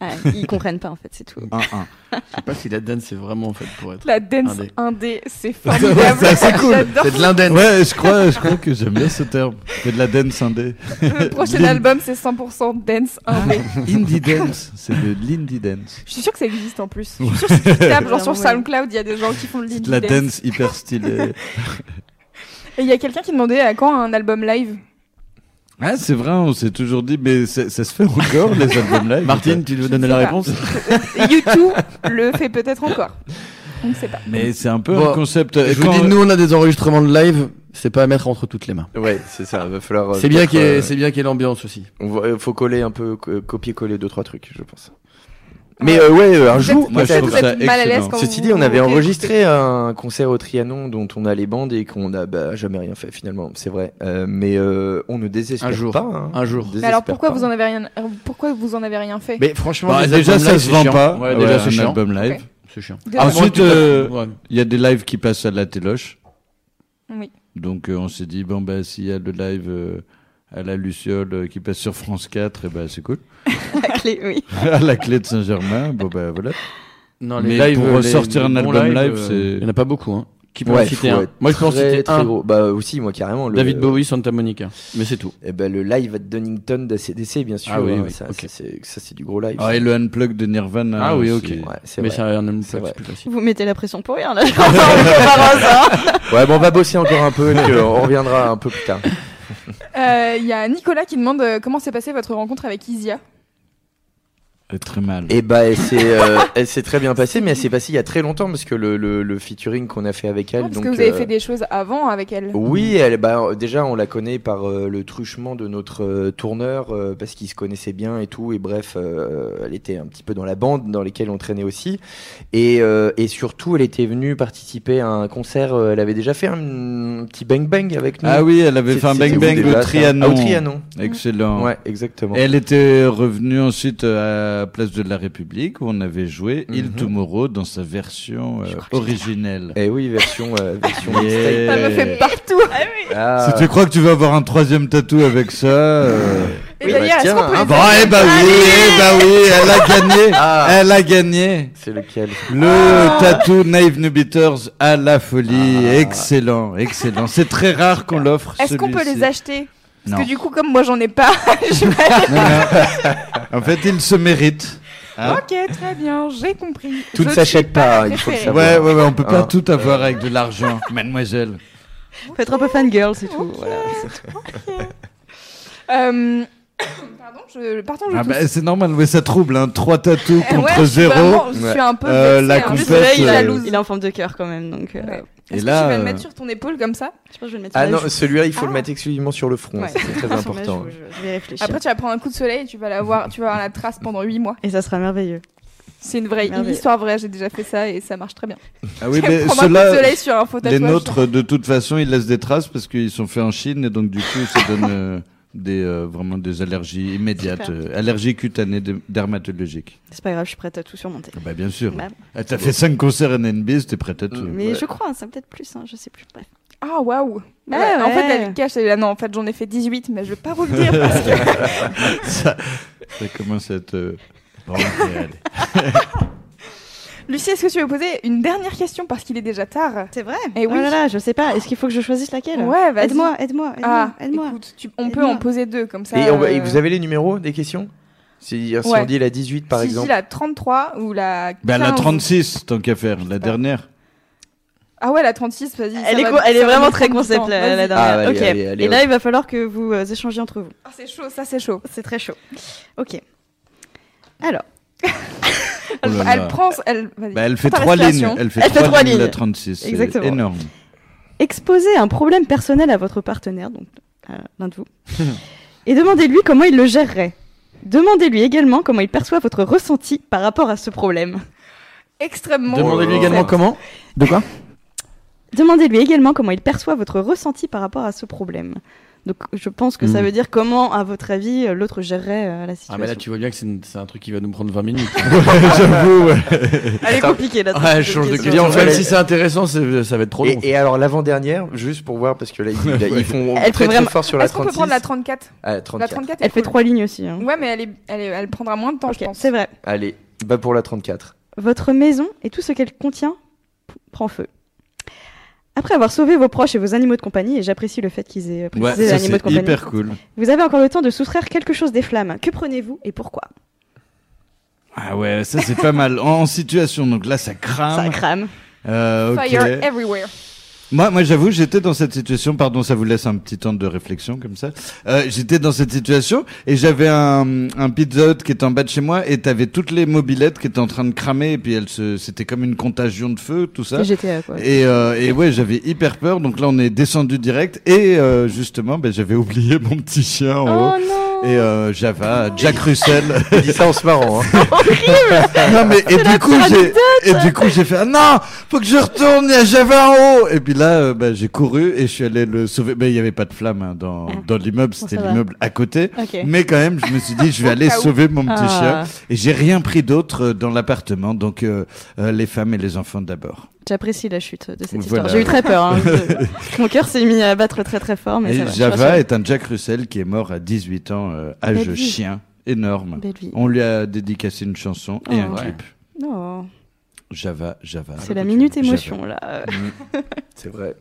Ouais, Ah, ils comprennent pas en fait, c'est tout. 1-1. Je sais pas si la dance c'est vraiment en fait pour être. La dance Indé. indé, c'est (laughs) Ouais, formidable. c'est assez cool. J'adore. C'est de l'indenne. Ouais, je crois, je crois que j'aime bien ce terme. C'est de la dance indé. Le prochain Bien. album, c'est 100% dance indé. (laughs) Indie dance, c'est de l'indie dance. Je suis sûre que ça existe en plus. Je suis sûre que c'est écoutable. Genre sur Ouais. SoundCloud, il y a des gens qui font le C'est lead de la dance. dance hyper (laughs) stylée. Et il y a quelqu'un qui demandait à quand un album live Ah, c'est vrai, on s'est toujours dit, mais ça, ça se fait encore (laughs) les albums live. Martine, tu veux donner donner la la sais pas. réponse YouTube le fait peut-être encore. On ne sait pas. Mais c'est un peu Bon, un concept. Je Et vous quand- dis, nous on a des enregistrements de live, c'est pas à mettre entre toutes les mains. (laughs) Ouais, c'est ça. Va falloir. euh, C'est bien peut-être, qu'il y ait- euh, c'est bien qu'il y ait l'ambiance aussi. On va- euh, faut coller un peu, co- copier-coller deux trois trucs, je pense. Mais euh, ouais, euh, un Vous jour êtes- moi, je peut-être. trouve vous êtes ça mal à l'aise excellent. Ah quand Ceci vous- dit, on avait vous- enregistré un concert au Trianon dont on a les bandes et qu'on a bah, jamais rien fait finalement, c'est vrai. Euh, mais euh, on ne désespère Un jour. pas. hein. Un jour. On Mais alors désespère pourquoi pas. vous en avez rien euh, Pourquoi vous en avez rien fait Mais franchement, Bah, les déjà, albums ça live, se c'est vend chiant. pas. Ouais, déjà, Ouais, c'est un chiant. album live. Ok. C'est chiant. De- Ah, Ensuite, Ensuite, euh, Il y a des lives qui passent à la téloche. Oui. Donc euh, on s'est dit, bon, bah, s'il y a le live euh, à la Luciole euh, qui passe sur France 4, et bah, c'est cool. (laughs) La clé, oui. (laughs) à la clé de Saint-Germain, bon, bah, voilà. non, mais pour euh, ressortir un bons album lives, live, euh, c'est- Il n'y en a pas beaucoup. Hein. Qui peut en Ouais, citer faut un être Moi, je peux en très, citer très un. gros. Bah aussi, moi carrément. le- David Bowie, Santa Monica. Mais c'est tout. Eh ben, le live à Donington d'ACDC, bien sûr. Ah oui, hein, oui, ça, ok. ça, c'est ça, c'est du gros live. Ah, et le unplug de Nirvana. Ah oui, aussi. ok. Ouais, c'est Mais vrai. c'est un album C'est c'est vrai. plus facile. Vous mettez la pression pour rien là. Par hasard. Ouais, bon, on va bosser encore un peu, et puis, euh, on reviendra un peu plus tard. Euh, Il y a Nicolas qui demande euh, comment s'est passée votre rencontre avec Isia. Euh, Très mal. Et bah, elle s'est, euh, elle s'est très bien passée, mais elle s'est passée il y a très longtemps parce que le, le, le featuring qu'on a fait avec elle. Oh, parce donc, que vous avez euh, fait des choses avant avec elle. Oui, elle, bah, euh, déjà on la connaît par euh, le truchement de notre euh, tourneur euh, parce qu'il se connaissait bien et tout. Et bref, euh, elle était un petit peu dans la bande dans lesquelles on traînait aussi. Et, euh, et surtout, elle était venue participer à un concert. euh, elle avait déjà fait un, petit bang bang avec nous. Ah oui, elle avait C'est- fait un c'était bang où bang déjà, au ça Ah, Trianon. au Trianon. Excellent. Ouais, exactement. Et Elle était revenue ensuite euh, à Place de la République où on avait joué Il Mhm. Tomorrow dans sa version euh, originelle. Eh oui, version, (laughs) euh, version Yeah. mixtape. Ça me fait partout. Ah. Si tu crois que tu vas avoir un troisième tatou avec ça. euh, Et Oui, bah, d'ailleurs, est-ce tiens, qu'on peut hein, les Bon, appeler eh bah oui, eh bah oui, elle a gagné. Ah. Elle a gagné. C'est lequel Le tatou Naive New Beaters à la folie. Ah. Excellent, excellent. C'est très rare qu'on l'offre. Est-ce qu'on peut celui-ci. les acheter Parce Non. que du coup, comme moi j'en ai pas, (laughs) je vais- Non, non. En fait, il se mérite. Hein Ok, très bien, j'ai compris. Tout Je ne suis s'achète pas, il faut le préférée. savoir. Ouais, ouais, ouais, on peut pas Hein. tout avoir avec de l'argent, mademoiselle. Faut être un peu fangirl, c'est tout. voilà. Euh, (coughs) Pardon, je... Pardon, (laughs) je Ah tousse. bah, c'est normal, mais ça trouble, hein. 3 tatous Eh ouais, contre je suis zéro. vraiment- Je suis un peu Euh, vexée, la hein. En plus, compète, Je suis là, il, a- jalouse. il est en forme de cœur quand même, donc euh, Ouais. Et Est-ce là, que tu vas le euh, mettre sur ton épaule comme ça je pense que je vais le mettre Ah sur la non, joue. celui-là, il faut le Ah. mettre exclusivement sur le front. Ouais. C'est (laughs) très (laughs) Sur la important. joue, je, je vais réfléchir. Après, tu vas prendre un coup de soleil et tu vas la voir, tu vas avoir la trace pendant 8 mois. Et ça sera merveilleux. C'est une vraie une Merveilleux. histoire vraie, j'ai déjà fait ça et ça marche très bien. Ah oui, mais prendre un coup de ceux-là, soleil sur un faux les tatouage. nôtres, de toute façon, ils laissent des traces parce qu'ils sont faits en Chine et donc du coup, ça donne euh, des, euh, vraiment des allergies immédiates, euh, allergies cutanées de- dermatologiques. C'est pas grave, je suis prête à tout surmonter. Ah Bah, bien sûr. Bah, Ah, T'as fait 5 concerts NNB, t'es prête à tout. Euh, mais Euh, Ouais. je crois, hein, ça peut-être plus, hein, je sais plus. Bref. Ah waouh. Ah Ouais, En ouais. fait, elle cache. elle- ah non, en fait, j'en ai fait 18, mais je vais pas vous le (laughs) dire parce que ça, ça commence à te. Bon, ok, (laughs) allez. Lucie, est-ce que tu veux poser une dernière question parce qu'il est déjà tard C'est vrai Eh oui. Oh là là, je sais pas. Est-ce qu'il faut que je choisisse laquelle Ouais, vas-y. Aide-moi, aide-moi, Ah, aide-moi. aide-moi. écoute, tu- on peut Aide-moi. en poser deux comme ça. Et, on va- et euh, vous avez les numéros des questions si, si Ouais. on dit la 18 par si je dis exemple. la 33 ou la 15. Bah, la 36, tant qu'à faire, la dernière. Ah ouais, la 36, vas-y. ça Elle est, va- co- elle ça est va vraiment nous très prendre du concept temps. la, Vas-y. la Ah, dernière. allez, Ok. allez, allez, Et là, hop. il va falloir que vous euh, échangez entre vous. Ah, c'est chaud, ça c'est chaud. C'est très chaud. Ok. Alors, Oh Elle, là elle là. prend. Elle, vas-y. Bah, elle fait Prends ta trois lignes. respiration. Elle fait Elle fait trois trois lignes, la lignes. 36. c'est Exactement. énorme. exposez un problème personnel à votre partenaire, donc à l'un de vous, et demandez-lui comment il le gérerait. Demandez-lui également comment il perçoit votre ressenti par rapport à ce problème. extrêmement. Demandez-lui également comment. De quoi Demandez-lui également comment il perçoit votre ressenti par rapport à ce problème. Donc je pense que ça Mm. veut dire comment, à votre avis, euh, l'autre gérerait Ah, mais euh, la là, situation. tu vois bien que c'est une- c'est un truc qui va nous prendre 20 minutes. (laughs) J'avoue, ouais. Ah, Elle est compliquée là. Ouais, cette je change de question. question. Même Même si c'est intéressant, c'est- ça va être trop long. Et, et alors l'avant-dernière, juste pour voir, parce que là, ils, là, ils font Elle très, peut très vraiment- fort sur la Est-ce qu'on peut 36. prendre la 34 Ah, La 34. 34 est Elle fait cool. trois lignes aussi. hein. Ouais, mais elle, est, elle, est- elle prendra moins de temps, Ok, je pense. c'est vrai. Allez, bah pour la 34. Votre maison et tout ce qu'elle contient p- prend feu. Après avoir sauvé vos proches et vos animaux de compagnie, et j'apprécie le fait qu'ils aient euh, Ouais, précisé les ça animaux de c'est compagnie, hyper cool. vous avez encore le temps de soustraire quelque chose des flammes. Que prenez-vous et pourquoi Ah ouais, ça c'est pas mal. En, (laughs) en situation, donc là ça crame. Ça crame. Euh, ok. Fire everywhere. Moi, moi j'avoue, j'étais dans cette situation, pardon, ça vous laisse un petit temps de réflexion comme ça. Euh, j'étais dans cette situation et j'avais un, un Pizza Hut qui était en bas de chez moi et t'avais toutes les mobilettes qui étaient en train de cramer et puis elles se, c'était comme une contagion de feu, tout ça. C'est GTA quoi. Et, euh, et ouais, j'avais hyper peur. Donc là, on est descendu direct. Et euh, justement, ben, j'avais (laughs) oublié mon petit chien en haut. Oh non Et euh, Java, Jack Russell. Il dit ça en se marrant. Hein. non mais et du coup j'ai et du coup j'ai fait ah, non, faut que je retourne, il y a Java en haut. Et puis là, euh, ben, j'ai couru et je suis allé le sauver. Mais il y avait pas de flamme hein, dans dans l'immeuble, Ah. c'était ça va. l'immeuble à côté. Ok. Mais quand même, je me suis (laughs) dit, je vais aller cas où. sauver mon petit Ah. chien. Et j'ai rien pris d'autre euh, dans l'appartement. Donc euh, euh, les femmes et les enfants d'abord. J'apprécie la chute de cette Voilà. histoire. J'ai eu très peur. (laughs) hein. Je- Mon cœur s'est mis à battre très très fort, mais ça Et va, je suis Java rassurée. est un Jack Russell qui est mort à 18 ans, euh, âge Belle vie. chien, énorme. Belle vie. On lui a dédicacé une chanson et un Oh. clip. Non, Java, Java. c'est la minute Ah, Java. émotion là. Mm. C'est vrai.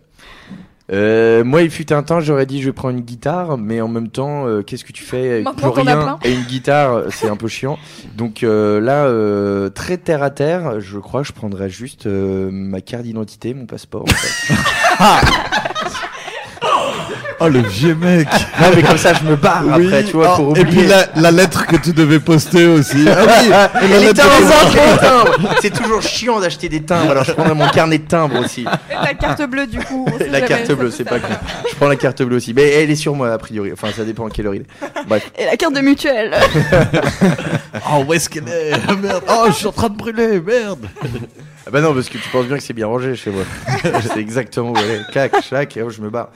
Euh, moi, il fut un temps, j'aurais dit je prends une guitare, mais en même temps, euh, qu'est-ce que tu fais avec plus Maintenant, t'en as rien et une guitare, euh, c'est un peu chiant. Donc euh, là, euh, très terre à terre, je crois que je prendrais juste euh, ma carte d'identité, mon (laughs) passeport. en fait. Oh le (laughs) vieux mec non, Ah, mais comme ça, je me barre Oui. après, tu vois, Oh, pour Et oublier. puis la, la lettre que tu devais poster aussi. Ah oui, (laughs) et la Et les lettre timbres, que- les timbres. (laughs) C'est toujours chiant d'acheter des timbres, alors je prendrais mon carnet de timbres aussi. Et ta carte bleue, du coup. on sait (laughs) La jamais, carte ça bleue, peut c'est pas servir. con. Je prends la carte bleue aussi. Mais elle est sur moi, a priori. Enfin, ça dépend à quelle heure il est. Bref. Et la carte de mutuelle. Oh où est-ce qu'elle est Ah, Merde Oh je suis en train de brûler, merde Ah bah non, parce que tu penses bien que c'est bien rangé chez moi. je sais exactement où elle est. Clac, clac, et hop, je me barre.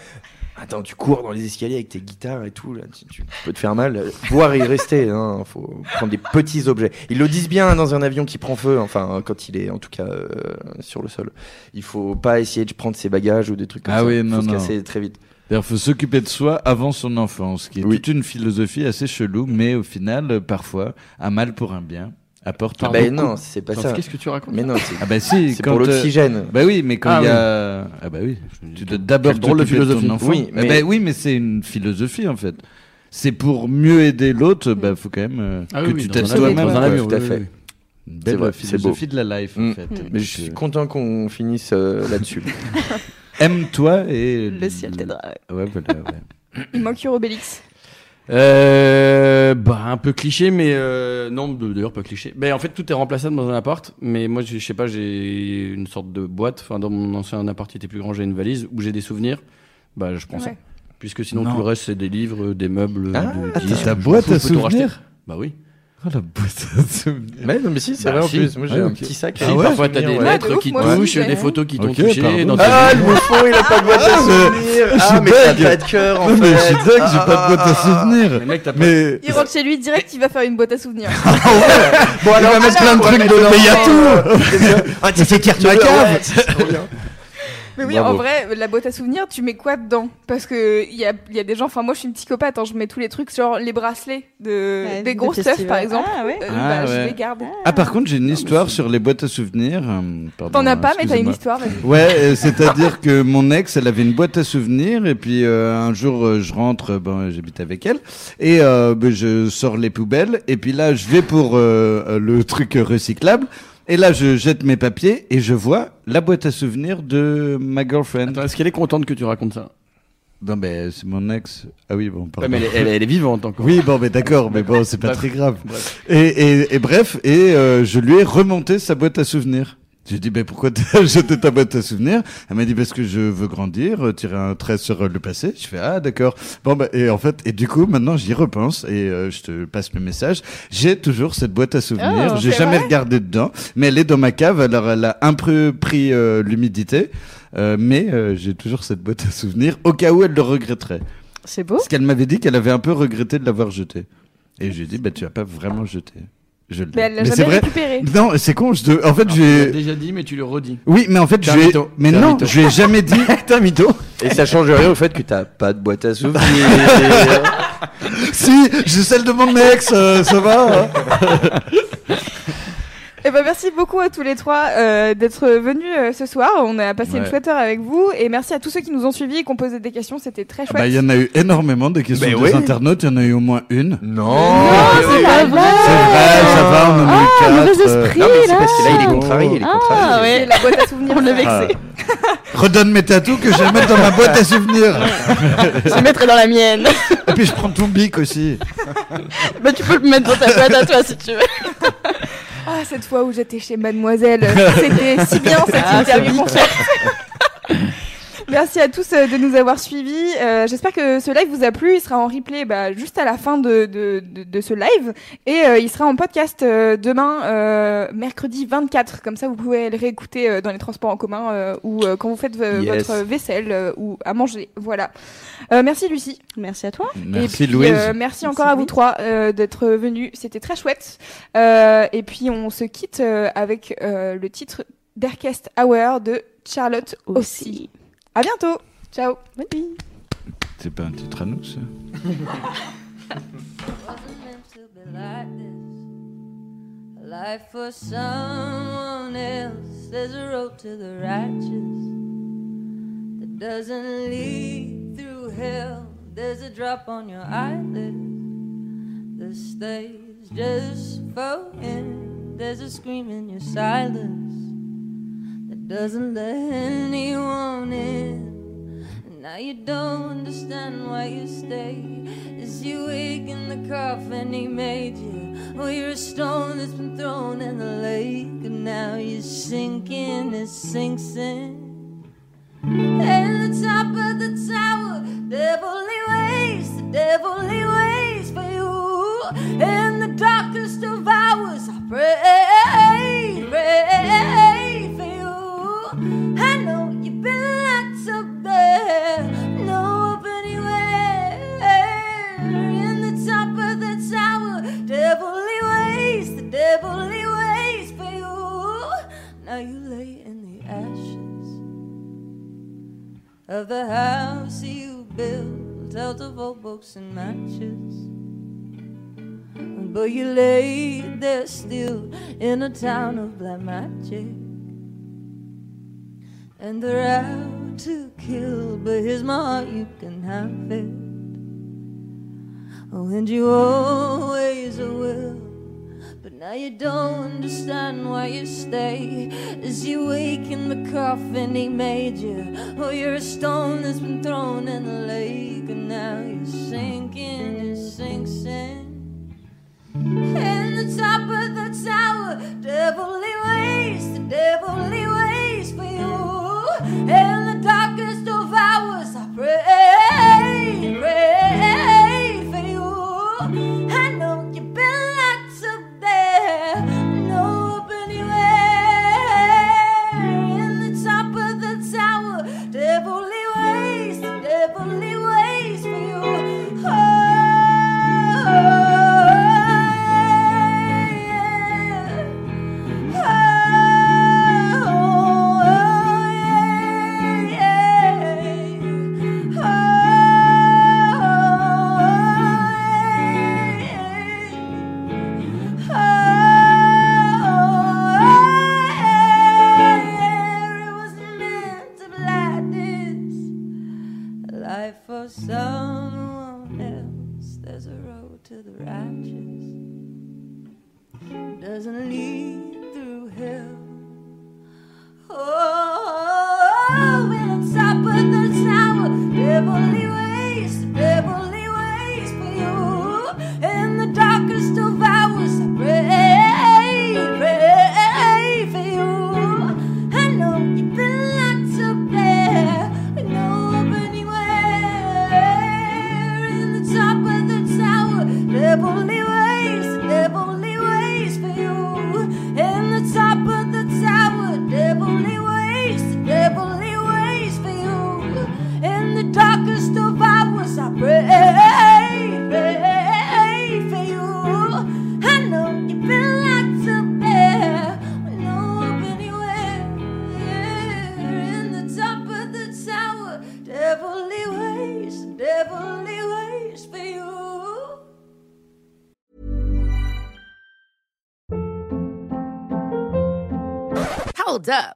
Attends, tu cours dans les escaliers avec tes guitares et tout, là, tu, tu peux te faire mal. Voir et y rester, hein, faut prendre des petits objets. Ils le disent bien hein, dans un avion qui prend feu, enfin, quand il est en tout cas euh, sur le sol. Il faut pas essayer de prendre ses bagages ou des trucs comme Ah ça. oui, faut non, se non. casser très vite. D'ailleurs, faut s'occuper de soi avant son enfance, qui est Oui. toute une philosophie assez chelou, mais au final, euh, parfois, un mal pour un bien apporte Ah un Pardon. bah bien. non, c'est pas Attends, ça. Qu'est-ce que tu racontes Mais non, c'est Ah bah si, c'est quand pour euh, l'oxygène. Bah oui, mais quand Ah il y oui. a ah bah oui, tu dois d'abord Quelle drôle de t'occuper ton philosophie. enfant. Oui, Ah mais- bah oui, mais c'est une philosophie en fait. C'est pour mieux aider l'autre, bah faut quand même euh, Ah que oui, oui, tu dans t'aides un avion, toi-même. dans un quoi. ouais, avion, tout à oui, oui, fait. oui. Une belle C'est vrai, c'est philosophie de la life en Mm. fait. Mais Donc, je suis euh, content qu'on finisse euh, là-dessus. Aime-toi et Le ciel t'aidera. Ouais, voilà, ouais. Moqueur Obélix. Euh, bah un peu cliché, mais euh, non de- d'ailleurs pas cliché. Mais en fait tout est remplaçable dans un appart. Mais moi je je sais pas, j'ai une sorte de boîte. Enfin dans mon ancien appart qui était plus grand, j'ai une valise où j'ai des souvenirs. Bah je prends ça. Ouais. Puisque sinon Non. tout le reste c'est des livres, des meubles, Ah, de attends, disques, ta je m'en boîte fous, à je peux tout racheter. souvenirs Bah oui. Oh la boîte à souvenirs. Mais non, mais si, c'est Bah vrai si. en plus. Moi, j'ai Ouais, un ok. petit sac. Ah Si, ouais, parfois t'as des souvenirs, ouais. lettres Ouais, de ouf, qui te moi aussi, touchent, j'ai, des hein. photos qui t'ont Ok, touché. pardon. dans tes Ah, le livres. bouffon, il a pas de boîte à Ah, souvenirs. je Ah, suis mais t'as dingue. pas de cœur en Non, mais je suis fait. dingue, j'ai pas de boîte à souvenirs. Mais mec, t'as pas- Mais Il rentre chez lui direct, il va faire une boîte à souvenirs. Bon, alors, va mettre plein de trucs dedans. (laughs) Mais il y a tout. Ah, t'es fait carte ma cave. Mais oui, Bravo. en vrai, la boîte à souvenirs, tu mets quoi dedans Parce que il y a, il y a des gens. Enfin, moi, je suis une psychopathe. hein, je mets tous les trucs, genre les bracelets de des gros stuff, par exemple. Ah ouais. Euh, Ah, bah, ouais. Je les garde. ah par contre, j'ai une histoire sur les boîtes à souvenirs. Hum, pardon, T'en as pas, mais t'as une excusez-moi. histoire. vas-y. Ouais, euh, c'est-à-dire que mon ex, elle avait une boîte à souvenirs et puis euh, un jour euh, je rentre, euh, bon j'habite avec elle et euh, ben, je sors les poubelles et puis là je vais pour euh, euh, le truc euh, recyclable et là je jette mes papiers et je vois la boîte à souvenirs de ma girlfriend. Attends, est-ce qu'elle est contente que tu racontes ça Non mais c'est mon ex. Ah oui bon pardon. Ouais, mais elle, est- elle est- elle est vivante encore. Oui, bon, mais d'accord, mais bon, c'est pas Bref. très grave. Bref. Et, et, et bref, et euh, je lui ai remonté sa boîte à souvenirs. J'ai dit, ben pourquoi t'as (laughs) jeté ta boîte à souvenirs Elle m'a dit, parce que je veux grandir, euh, tirer un trait sur euh, le passé. Je fais, ah d'accord. Bon, bah, et en fait, et du coup, maintenant, j'y repense et euh, je te passe le message. J'ai toujours cette boîte à souvenirs. Oh, J'ai c'est jamais vrai regardé dedans, mais elle est dans ma cave. Alors, elle a un peu pris euh, l'humidité. Euh, mais euh, j'ai toujours cette boîte à souvenirs au cas où elle le regretterait. C'est Oh. beau. Parce qu'elle m'avait dit qu'elle avait un peu regretté de l'avoir jeté. Et j'ai dit, bah tu as pas vraiment jeté. Je le Mais Bah, elle l'a c'est jamais vrai. récupérée. Non, c'est con. Je te- En fait, Tu l'as j'ai. déjà dit, mais tu le redis. Oui, mais en fait, T'es un j'ai. mytho. Mais T'es un non, mytho. je lui ai jamais dit. T'as mytho Et ça change rien au fait que t'as pas de boîte à (laughs) souvenirs. si, j'ai celle de mon ex, euh, ça va. hein. Eh ben, merci beaucoup à tous les trois euh, d'être venus euh, ce soir. On a passé une Ouais. chouette heure avec vous et merci à tous ceux qui nous ont suivis et qui ont posé des questions. C'était très Ah chouette. bah, il y en a eu énormément des questions Ben des oui. internautes. Il y en a eu au moins une. non c'est pas vrai. C'est vrai, ça va, on en Oh, a eu Ah, quatre. mauvais euh, esprit, Non, mais c'est là. parce que là, il est contrarié. Il est Ah, contrarié. ouais. C'est la boîte à souvenirs. On le ça. vexe. ah. (laughs) Redonne mes tatous que je vais mettre dans ma boîte (laughs) à souvenirs. Je le mettrai dans la mienne. Et puis je prends ton bic aussi. bah, tu peux le mettre dans ta boîte à toi si tu veux. Ah, cette fois où j'étais chez (laughs) Mademoiselle, c'était si Ah, bien cette interview. mon cher. Merci à tous euh, de nous avoir suivis. Euh, J'espère que ce live vous a plu. Il sera en replay bah, juste à la fin de, de, de, de ce live. Et euh, il sera en podcast euh, demain, euh, mercredi 24. Comme ça, vous pouvez le réécouter euh, dans les transports en commun euh, ou euh, quand vous faites euh, Yes. votre vaisselle euh, ou à manger. Voilà. Euh, merci Lucie. Merci à toi. Merci et puis, Louise. euh, merci encore Merci, à vous Louise. trois euh, d'être venus. C'était très chouette. Euh, et puis on se quitte euh, avec euh, le titre d'Erkest Hour de Charlotte aussi. À bientôt. Ciao. Bonne nuit. C'est pas un titre à nous, ça. wasn't meant to be like this. A life for someone else. There's a road to the righteous that doesn't lead through hell. There's a drop on your eyelid that stays just for in. There's a scream in your silence that doesn't let anyone in. Now you don't understand why you stayed. Is you wig in the coffin he made you? Well, you're a stone that's been thrown in the lake, and now you're sinking, it sinks in. At the top of the tower, devilly ways, the devilly ways for you. In the darkest of hours, I pray, pray for you. I know you've been locked up there, no hope anywhere. In the top of the tower, devilly ways, the devilly ways for you. Now you lay in the ashes of the house you built out of old books and matches. But you lay there still in a town of black magic. And they're out to kill, but here's my heart, you can have it. Oh, and you always will. But now you don't understand why you stay. As you wake in the coffin he made you. Oh, you're a stone that's been thrown in the lake. And now you're sinking, it sinks in. In the top of the tower, devilly ways, the devilly ways for you. In the darkest of hours, I pray, pray for you. I know you've been locked up there, no hope anywhere. In the top of the tower, devilly ways, devilly ways for you. Oh, yeah. Oh, yeah, yeah. Oh, yeah. Oh, It wasn't meant to be like this. A Life for someone else. There's a road to the righteous doesn't lead through hell. Oh, in the top of the tower, devilly ways, devilly ways for you. In the darkest of hours, I pray, pray for you. Hold up.